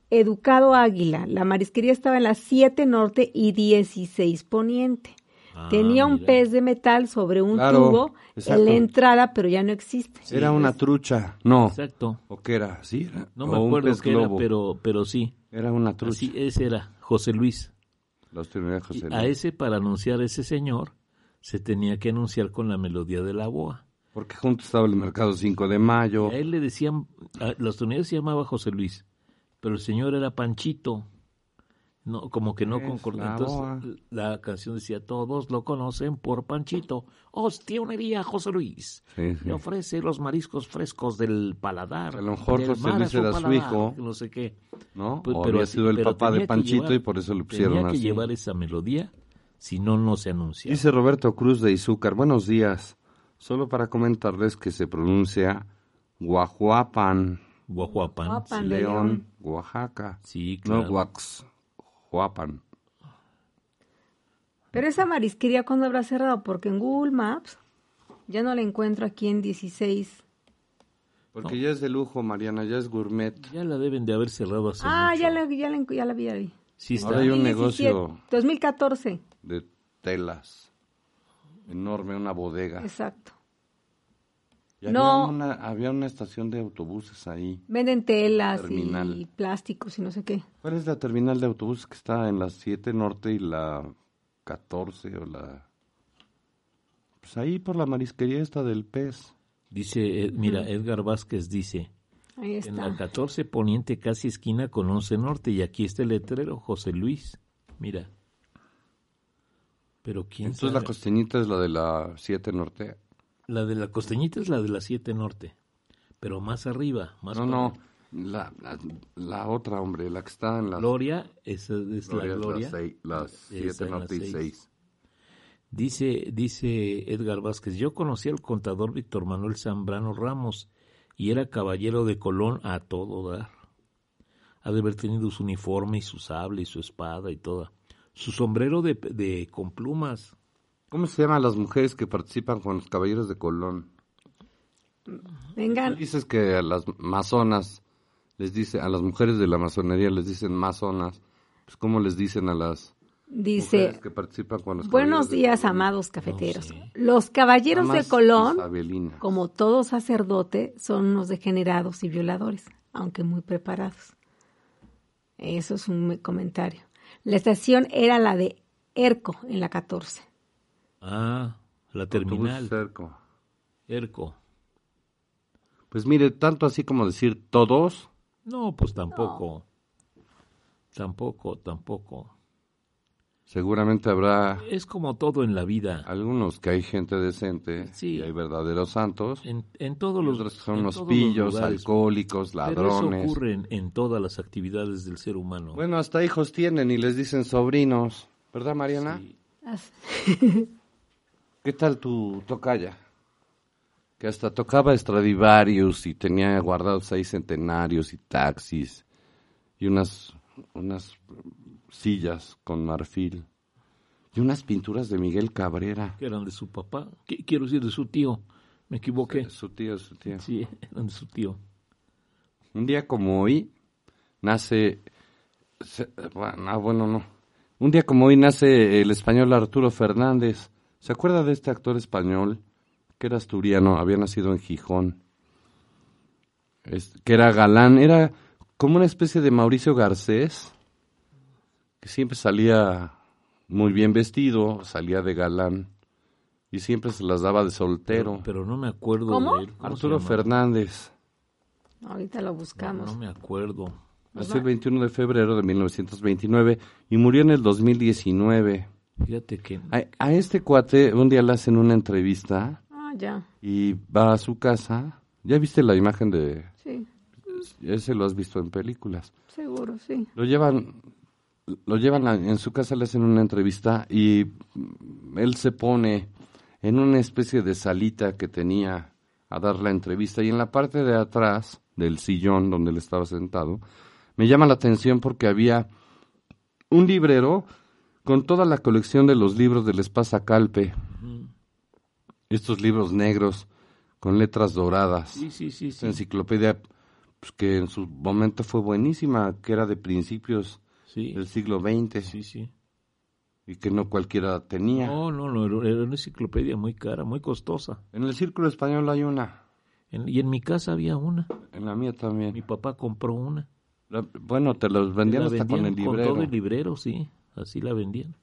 [SPEAKER 7] Educado Águila. La marisquería estaba en la 7 Norte y 16 Poniente.
[SPEAKER 6] Ah,
[SPEAKER 7] Tenía un
[SPEAKER 6] mira.
[SPEAKER 7] pez de metal sobre un
[SPEAKER 5] Claro,
[SPEAKER 7] tubo
[SPEAKER 5] exacto.
[SPEAKER 7] en la entrada, pero ya no existe.
[SPEAKER 5] era una trucha. No.
[SPEAKER 6] Exacto.
[SPEAKER 5] ¿O qué era? Sí, era.
[SPEAKER 6] No
[SPEAKER 5] O
[SPEAKER 6] me
[SPEAKER 5] un
[SPEAKER 6] acuerdo
[SPEAKER 5] pez
[SPEAKER 6] qué era,
[SPEAKER 5] globo.
[SPEAKER 6] pero, pero sí.
[SPEAKER 5] Era una trucha.
[SPEAKER 6] Así, ese era José Luis.
[SPEAKER 5] Los tenía José
[SPEAKER 6] Y
[SPEAKER 5] Luis.
[SPEAKER 6] a ese, para anunciar a ese señor, se tenía que anunciar con la melodía de la boa.
[SPEAKER 5] Porque junto estaba el mercado 5 de mayo.
[SPEAKER 6] A él le decían, a los tuneros se llamaba José Luis, pero el señor era Panchito. No, como que no
[SPEAKER 5] Es
[SPEAKER 6] concordó.
[SPEAKER 5] la
[SPEAKER 6] Entonces la canción decía, todos lo conocen por Panchito. Hostionería José Luis.
[SPEAKER 5] Sí, sí.
[SPEAKER 6] Le ofrece los mariscos frescos del paladar.
[SPEAKER 5] A lo mejor
[SPEAKER 6] del
[SPEAKER 5] José
[SPEAKER 6] mar a
[SPEAKER 5] Luis era su
[SPEAKER 6] paladar",
[SPEAKER 5] hijo.
[SPEAKER 6] No sé qué.
[SPEAKER 5] ¿No?
[SPEAKER 6] Pues,
[SPEAKER 5] o había
[SPEAKER 6] así-
[SPEAKER 5] sido el
[SPEAKER 6] pero
[SPEAKER 5] papá de
[SPEAKER 6] tenía que
[SPEAKER 5] Panchito
[SPEAKER 6] llevar-
[SPEAKER 5] y por eso lo pusieron
[SPEAKER 6] Tenía que
[SPEAKER 5] así.
[SPEAKER 6] llevar esa melodía, si no, no se anuncia.
[SPEAKER 5] Dice Roberto Cruz de Izúcar, buenos días. Solo para comentarles que se pronuncia Guajuapan,
[SPEAKER 6] Guajuapan.
[SPEAKER 7] Guajuapan. Ah, Pan de
[SPEAKER 5] León,
[SPEAKER 7] León.
[SPEAKER 5] Oaxaca.
[SPEAKER 6] Sí,
[SPEAKER 5] No
[SPEAKER 6] claro.
[SPEAKER 5] Guax, Coapan.
[SPEAKER 7] Pero esa marisquería, ¿cuándo habrá cerrado? Porque en Google Maps ya no la encuentro aquí en 16.
[SPEAKER 5] Porque ya es de lujo, Mariana, ya es gourmet.
[SPEAKER 6] Ya la deben de haber cerrado hace
[SPEAKER 7] ah,
[SPEAKER 6] mucho.
[SPEAKER 7] ya la, ya, la, ya la vi, ya la vi.
[SPEAKER 6] Sí está.
[SPEAKER 5] Ahora hay un
[SPEAKER 7] 2017,
[SPEAKER 5] negocio
[SPEAKER 7] 2014,
[SPEAKER 5] de telas. Enorme, una bodega.
[SPEAKER 7] exacto.
[SPEAKER 5] Y
[SPEAKER 7] No.
[SPEAKER 5] Había una, había una estación de autobuses ahí.
[SPEAKER 7] Venden telas
[SPEAKER 5] Terminal.
[SPEAKER 7] y plásticos y no sé qué.
[SPEAKER 5] ¿Cuál es la terminal de autobuses que está en la 7 Norte y la 14 o la... Pues ahí por la marisquería esta del pez.
[SPEAKER 6] Dice, eh, mira, Edgar Vázquez dice,
[SPEAKER 7] Ahí
[SPEAKER 6] en la
[SPEAKER 7] está.
[SPEAKER 6] 14 Poniente casi esquina con 11 Norte y aquí está el letrero José Luis. Mira. Pero quién
[SPEAKER 5] Entonces la
[SPEAKER 6] sabe?
[SPEAKER 5] costeñita es la de la 7 Norte.
[SPEAKER 6] La de la costeñita es la de la 7 Norte, pero más arriba, más
[SPEAKER 5] No,
[SPEAKER 6] para-
[SPEAKER 5] no, la, la, la otra, hombre, la que está en la...
[SPEAKER 6] Gloria, esa es
[SPEAKER 5] Gloria
[SPEAKER 6] la
[SPEAKER 5] es
[SPEAKER 6] Gloria.
[SPEAKER 5] sei- la
[SPEAKER 6] Esa
[SPEAKER 5] 7
[SPEAKER 6] es la
[SPEAKER 5] Norte y
[SPEAKER 6] seis.
[SPEAKER 5] 6.
[SPEAKER 6] Dice, dice Edgar Vázquez, yo conocí al contador Víctor Manuel Zambrano Ramos y era caballero de Colón a todo dar. Ha de haber tenido su uniforme y su sable y su espada y toda. Su sombrero de, de- con plumas.
[SPEAKER 5] ¿Cómo se llaman las mujeres que participan con los caballeros de Colón? Tú
[SPEAKER 7] Vengan,
[SPEAKER 5] Dices que a las masonas les dice, a las mujeres de la masonería les dicen masonas. Pues ¿cómo les dicen a las mujeres
[SPEAKER 7] dice,
[SPEAKER 5] que participan con los
[SPEAKER 7] buenos
[SPEAKER 5] caballeros de
[SPEAKER 7] días,
[SPEAKER 5] Colón?
[SPEAKER 7] amados cafeteros.
[SPEAKER 6] sé.
[SPEAKER 7] Los caballeros de
[SPEAKER 5] Damas
[SPEAKER 7] Colón,
[SPEAKER 5] isabelinas.
[SPEAKER 7] como todo sacerdote, son unos degenerados y violadores, aunque muy preparados. Eso es un me- comentario. La estación era la de Erco, en la 14.
[SPEAKER 6] Ah, la
[SPEAKER 5] Autobús
[SPEAKER 6] terminal.
[SPEAKER 5] cerco.
[SPEAKER 6] Erco.
[SPEAKER 5] Pues mire, tanto así como decir todos,
[SPEAKER 6] No, pues tampoco. Tampoco, tampoco.
[SPEAKER 5] seguramente habrá
[SPEAKER 6] Es como todo en la vida.
[SPEAKER 5] algunos que hay gente decente
[SPEAKER 6] Sí.
[SPEAKER 5] y hay verdaderos santos.
[SPEAKER 6] En, en todos
[SPEAKER 5] y
[SPEAKER 6] los,
[SPEAKER 5] otros que son
[SPEAKER 6] en
[SPEAKER 5] unos
[SPEAKER 6] todos los
[SPEAKER 5] pillos,
[SPEAKER 6] lugares.
[SPEAKER 5] alcohólicos,
[SPEAKER 6] Pero
[SPEAKER 5] ladrones.
[SPEAKER 6] eso ocurre en, en todas las actividades del ser humano.
[SPEAKER 5] Bueno, hasta hijos tienen y les dicen sobrinos. ¿Verdad, Mariana?
[SPEAKER 7] As-
[SPEAKER 5] ¿Qué tal tu tocaya? Que hasta tocaba Stradivarius y tenía guardados ahí centenarios y taxis y unas, unas sillas con marfil y unas pinturas de Miguel Cabrera.
[SPEAKER 6] que eran de su papá. Qui- Quiero decir, de su tío. Me equivoqué.
[SPEAKER 5] Su tío, su tío.
[SPEAKER 6] Sí, (laughs) eran de su tío.
[SPEAKER 5] Un día como hoy nace... se- bueno, ah, bueno, no. Un día como hoy nace el español Arturo Fernández. ¿Se acuerda de este actor español que era asturiano, había nacido en Gijón? Es- que era galán, era como una especie de Mauricio Garcés, que siempre salía muy bien vestido, salía de galán y siempre se las daba de soltero.
[SPEAKER 6] Pero no me acuerdo
[SPEAKER 7] ¿Cómo?
[SPEAKER 6] de él. ¿Cómo se
[SPEAKER 5] Arturo
[SPEAKER 6] llama?
[SPEAKER 5] Fernández.
[SPEAKER 7] ahorita lo
[SPEAKER 6] No,
[SPEAKER 7] buscamos.
[SPEAKER 6] no me acuerdo.
[SPEAKER 5] Nació el 21 de febrero de 1929 y murió en el 2019.
[SPEAKER 6] Fíjate que...
[SPEAKER 5] A, a este cuate un día le hacen una entrevista
[SPEAKER 7] Ah, ya,
[SPEAKER 5] y va a su casa. ¿Ya viste la imagen de...?
[SPEAKER 7] sí,
[SPEAKER 5] Ese lo has visto en películas.
[SPEAKER 7] seguro, sí.
[SPEAKER 5] Lo llevan, lo llevan a- en su casa, le hacen una entrevista y mm, él se pone en una especie de salita que tenía a dar la entrevista y en la parte de atrás del sillón donde él estaba sentado, me llama la atención porque había un librero con toda la colección de los libros del Espasa Calpe. Estos libros negros con letras doradas
[SPEAKER 6] Sí, sí, sí.
[SPEAKER 5] esa
[SPEAKER 6] sí.
[SPEAKER 5] enciclopedia pues, que en su momento fue buenísima, que era de principios
[SPEAKER 6] Sí,
[SPEAKER 5] del siglo XX
[SPEAKER 6] sí, sí.
[SPEAKER 5] y que no cualquiera tenía.
[SPEAKER 6] No, no, no, era- era una enciclopedia muy cara, muy costosa.
[SPEAKER 5] En el Círculo Español hay una,
[SPEAKER 6] En- y en mi casa había una.
[SPEAKER 5] en la mía también.
[SPEAKER 6] Mi papá compró una.
[SPEAKER 5] La- bueno, te los vendían
[SPEAKER 6] La
[SPEAKER 5] hasta con el librero.
[SPEAKER 6] todo el librero, sí. Así la vendían.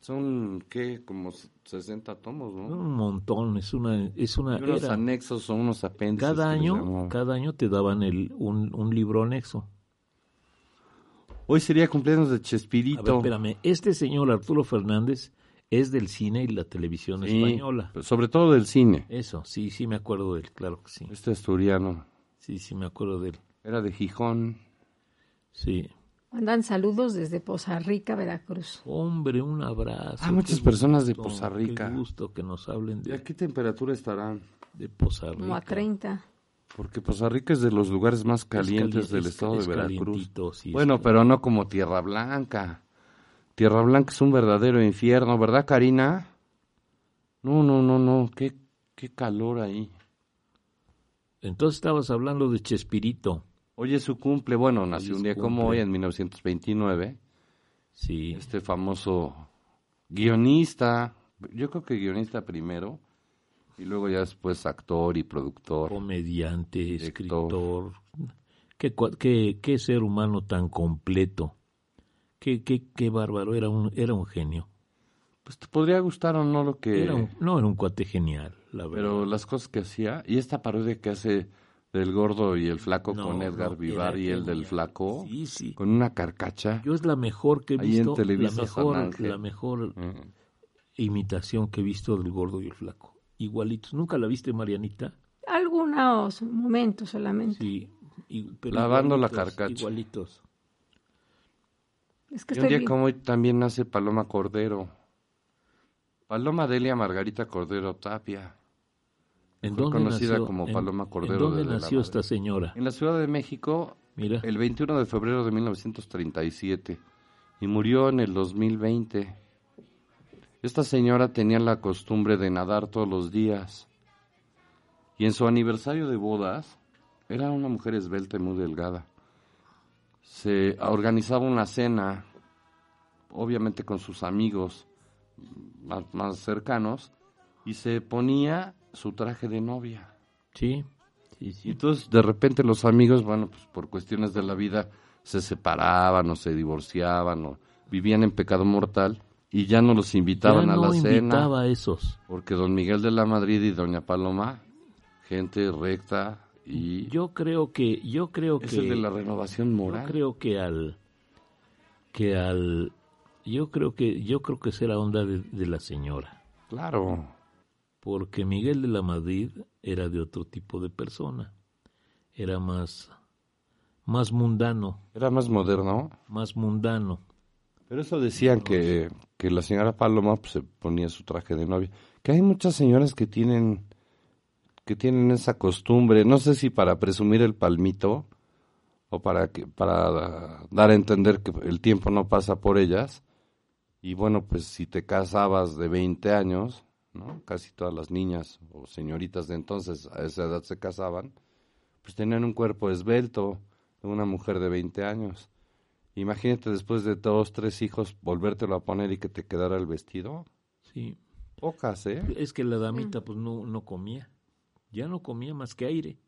[SPEAKER 5] Son, ¿qué? Como s- 60 tomos, ¿no?
[SPEAKER 6] Un montón, es una, es una
[SPEAKER 5] Y unos
[SPEAKER 6] era.
[SPEAKER 5] anexos o unos apéndices.
[SPEAKER 6] Cada
[SPEAKER 5] que les
[SPEAKER 6] año,
[SPEAKER 5] llamaban.
[SPEAKER 6] cada año te daban el, un, un libro anexo.
[SPEAKER 5] Hoy sería cumpleaños de
[SPEAKER 6] A ver,
[SPEAKER 5] Chespirito.
[SPEAKER 6] espérame, este señor Arturo Fernández es del cine y la televisión
[SPEAKER 5] Sí,
[SPEAKER 6] española. Eh.
[SPEAKER 5] pero sobre todo del cine.
[SPEAKER 6] Eso, sí, sí me acuerdo de él, claro que sí.
[SPEAKER 5] Este asturiano.
[SPEAKER 6] Sí, sí me acuerdo de él.
[SPEAKER 5] Era de Gijón.
[SPEAKER 6] Sí.
[SPEAKER 7] Mandan saludos desde Poza Rica, Veracruz.
[SPEAKER 6] Hombre, un abrazo.
[SPEAKER 5] Ah, muchas
[SPEAKER 6] qué
[SPEAKER 5] personas de
[SPEAKER 6] gusto,
[SPEAKER 5] Poza Rica.
[SPEAKER 6] Qué gusto que nos hablen
[SPEAKER 5] ¿Y a
[SPEAKER 6] de,
[SPEAKER 5] qué temperatura estarán?
[SPEAKER 6] de Poza Rica.
[SPEAKER 7] Como a 30.
[SPEAKER 5] Porque Poza Rica es de los lugares más calientes
[SPEAKER 6] cali-
[SPEAKER 5] del
[SPEAKER 6] es-
[SPEAKER 5] estado
[SPEAKER 6] es
[SPEAKER 5] de Veracruz.
[SPEAKER 6] calientito, sí, es
[SPEAKER 5] bueno,
[SPEAKER 6] caliente.
[SPEAKER 5] pero no como Tierra Blanca. Tierra Blanca es un verdadero infierno, ¿verdad, Karina? No, no, no, no, qué, qué calor ahí.
[SPEAKER 6] Entonces estabas hablando de Chespirito.
[SPEAKER 5] Hoy es su cumple, bueno, nació
[SPEAKER 6] es
[SPEAKER 5] un día
[SPEAKER 6] su
[SPEAKER 5] como
[SPEAKER 6] cumple.
[SPEAKER 5] hoy, en 1929,
[SPEAKER 6] Sí.
[SPEAKER 5] este famoso guionista, yo creo que guionista primero, y luego ya después actor y productor.
[SPEAKER 6] Comediante,
[SPEAKER 5] Director.
[SPEAKER 6] escritor. Qué, cua- qué- qué ser humano tan completo. Qué, qué, qué bárbaro. Era un, era un genio.
[SPEAKER 5] Pues te podría gustar o no lo que...
[SPEAKER 6] Era un- no, era un cuate genial, la verdad.
[SPEAKER 5] Pero las cosas que hacía, y esta parodia que hace del gordo y el flaco
[SPEAKER 6] No,
[SPEAKER 5] con Edgar
[SPEAKER 6] no,
[SPEAKER 5] Vivar
[SPEAKER 6] era
[SPEAKER 5] y el del
[SPEAKER 6] genial.
[SPEAKER 5] flaco,
[SPEAKER 6] Sí, sí.
[SPEAKER 5] con una carcacha.
[SPEAKER 6] Yo es la mejor que he
[SPEAKER 5] Ahí en
[SPEAKER 6] visto.
[SPEAKER 5] Televisa
[SPEAKER 6] la
[SPEAKER 5] San
[SPEAKER 6] mejor,
[SPEAKER 5] Ángel.
[SPEAKER 6] la mejor
[SPEAKER 5] Mm.
[SPEAKER 6] imitación que he visto del gordo y el flaco. Igualitos. ¿Nunca la viste, Marianita?
[SPEAKER 7] Algunos momentos solamente.
[SPEAKER 6] Sí. y- pero
[SPEAKER 5] Lavando la
[SPEAKER 6] igualitos,
[SPEAKER 5] carcacha.
[SPEAKER 6] Igualitos.
[SPEAKER 7] Es que
[SPEAKER 5] Y un
[SPEAKER 7] estoy
[SPEAKER 5] día
[SPEAKER 7] bien.
[SPEAKER 5] como hoy también nace Paloma Cordero. Paloma Delia Margarita Cordero Tapia.
[SPEAKER 6] ¿En
[SPEAKER 5] Fue
[SPEAKER 6] dónde
[SPEAKER 5] conocida
[SPEAKER 6] nació-
[SPEAKER 5] como
[SPEAKER 6] en-
[SPEAKER 5] Paloma Cordero
[SPEAKER 6] ¿En dónde
[SPEAKER 5] desde la
[SPEAKER 6] nació
[SPEAKER 5] madre?
[SPEAKER 6] esta señora?
[SPEAKER 5] En la Ciudad de México,
[SPEAKER 6] Mira,
[SPEAKER 5] el 21 de febrero de 1937. Y murió en el 2020. Esta señora tenía la costumbre de nadar todos los días. Y en su aniversario de bodas, era una mujer esbelta y muy delgada. Se organizaba una cena, obviamente con sus amigos más, más cercanos, y se ponía su traje de novia.
[SPEAKER 6] sí, sí,
[SPEAKER 5] Y
[SPEAKER 6] sí.
[SPEAKER 5] entonces de repente los amigos, bueno, pues por cuestiones de la vida se separaban o se divorciaban o vivían en pecado mortal y ya no los invitaban
[SPEAKER 6] Ya
[SPEAKER 5] a
[SPEAKER 6] no
[SPEAKER 5] la cena
[SPEAKER 6] invitaba a esos.
[SPEAKER 5] porque don Miguel de la Madrid y doña Paloma, gente recta y
[SPEAKER 6] Yo creo que, yo creo
[SPEAKER 5] es
[SPEAKER 6] que,
[SPEAKER 5] el de la renovación
[SPEAKER 6] yo
[SPEAKER 5] moral.
[SPEAKER 6] creo que al, que al, yo creo que, yo creo que será onda de, de la señora,
[SPEAKER 5] Claro.
[SPEAKER 6] porque Miguel de la Madrid era de otro tipo de persona, era más, más mundano,
[SPEAKER 5] Era más moderno.
[SPEAKER 6] más mundano.
[SPEAKER 5] Pero eso decían que, que la señora Paloma pues, se ponía su traje de novia. Que hay muchas señoras que tienen que tienen esa costumbre, no sé si para presumir el palmito o para que para dar a entender que el tiempo no pasa por ellas. Y bueno, pues si te casabas de 20 años, ¿no? Casi todas las niñas o señoritas de entonces a esa edad se casaban, pues tenían un cuerpo esbelto de una mujer de 20 años. Imagínate después de dos, tres hijos volvértelo a poner y que te quedara el vestido.
[SPEAKER 6] Sí.
[SPEAKER 5] Pocas, ¿eh?
[SPEAKER 6] Es que la
[SPEAKER 7] Mm.
[SPEAKER 6] damita pues no, no comía, ya no comía más que aire.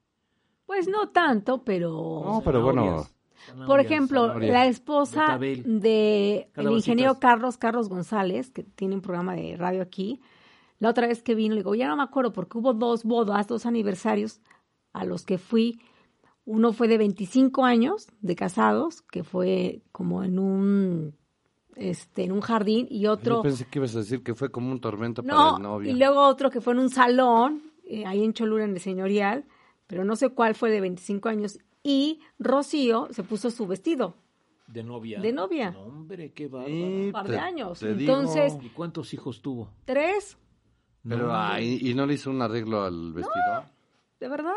[SPEAKER 7] Pues no tanto, pero...
[SPEAKER 5] No, pero bueno,
[SPEAKER 6] Zanahorias,
[SPEAKER 7] Por
[SPEAKER 6] zanahorias,
[SPEAKER 7] ejemplo,
[SPEAKER 5] zanahoria.
[SPEAKER 7] la esposa
[SPEAKER 6] Betabel.
[SPEAKER 7] de el
[SPEAKER 6] Calabacitas.
[SPEAKER 7] ingeniero Carlos Carlos González, que tiene un programa de radio aquí, la otra vez que vino, le digo, ya no me acuerdo porque hubo dos bodas, dos aniversarios a los que fui. Uno fue de 25 años de casados, que fue como en un este en un jardín y
[SPEAKER 5] yo
[SPEAKER 7] otro
[SPEAKER 5] pensé que ibas a decir que fue como un tormento para
[SPEAKER 7] no,
[SPEAKER 5] el novio.
[SPEAKER 7] y luego otro que fue en un salón, eh, ahí en Cholula, en el señorial, pero no sé cuál fue de 25 años. Y Rocío se puso su vestido,
[SPEAKER 6] De novia.
[SPEAKER 7] De novia.
[SPEAKER 6] No, hombre, qué bárbaro.
[SPEAKER 5] Sí,
[SPEAKER 7] un par de años.
[SPEAKER 5] te digo.
[SPEAKER 7] Entonces,
[SPEAKER 6] ¿Y cuántos hijos tuvo?
[SPEAKER 7] tres,
[SPEAKER 5] Pero,
[SPEAKER 6] No,
[SPEAKER 5] ah, ¿y, y no le hizo un arreglo al vestido?
[SPEAKER 7] ¿de verdad?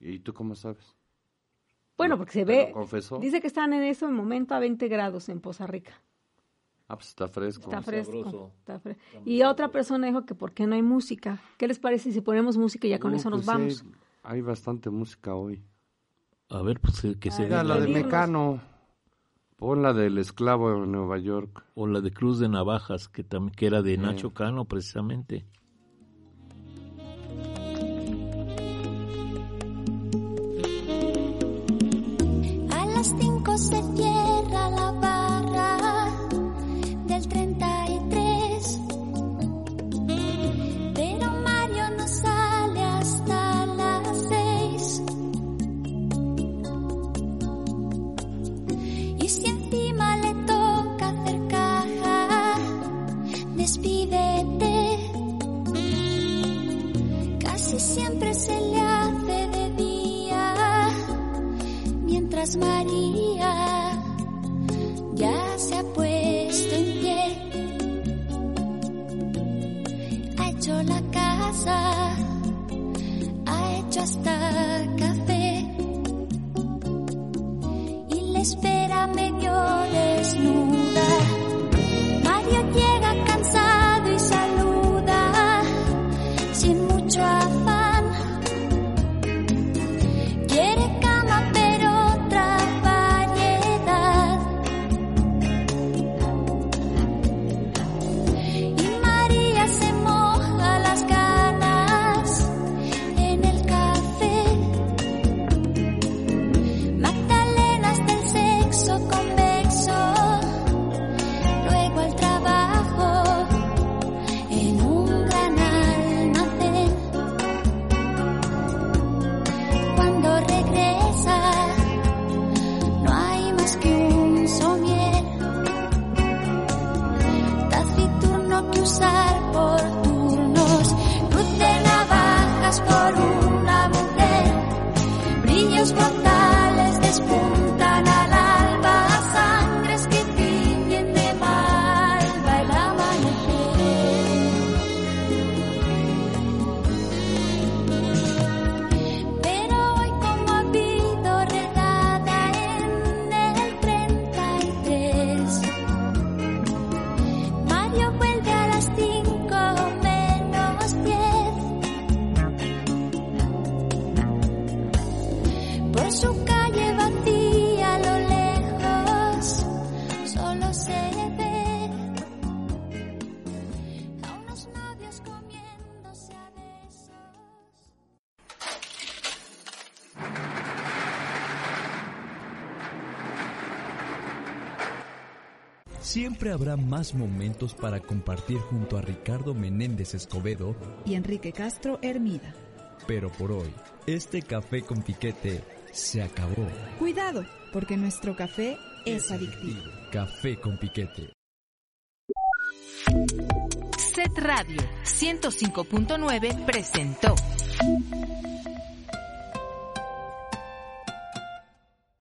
[SPEAKER 5] ¿Y tú cómo sabes?
[SPEAKER 7] Bueno, porque se ve.
[SPEAKER 5] Pero confesó.
[SPEAKER 7] Dice que están en ese momento a 20 grados en Poza Rica.
[SPEAKER 5] Ah, pues está fresco.
[SPEAKER 7] Está fresco.
[SPEAKER 6] sabroso.
[SPEAKER 7] está fre- y otra persona dijo que ¿por qué no hay música? ¿Qué les parece si ponemos música y ya con
[SPEAKER 5] No,
[SPEAKER 7] eso nos
[SPEAKER 5] pues,
[SPEAKER 7] vamos?
[SPEAKER 5] eh, Hay bastante música hoy.
[SPEAKER 6] A ver, pues eh, que se
[SPEAKER 5] Mira, Ah, la de
[SPEAKER 7] Dinos.
[SPEAKER 5] Mecano. Pon la del esclavo en Nueva York.
[SPEAKER 6] O la de Cruz de Navajas, que, tam- que era de Nacho Cano, precisamente.
[SPEAKER 4] A las cinco se cierra la barra del 33. Pero Mario no sale hasta las seis. Y si encima le toca hacer caja, despídete.
[SPEAKER 2] Siempre habrá más momentos para compartir junto a Ricardo Menéndez Escobedo,
[SPEAKER 3] y Enrique Castro Hermida.
[SPEAKER 2] pero por hoy, este café con piquete se acabó.
[SPEAKER 3] Cuidado, porque nuestro café es adictivo.
[SPEAKER 2] Café con piquete.
[SPEAKER 1] Set Radio 105.9 presentó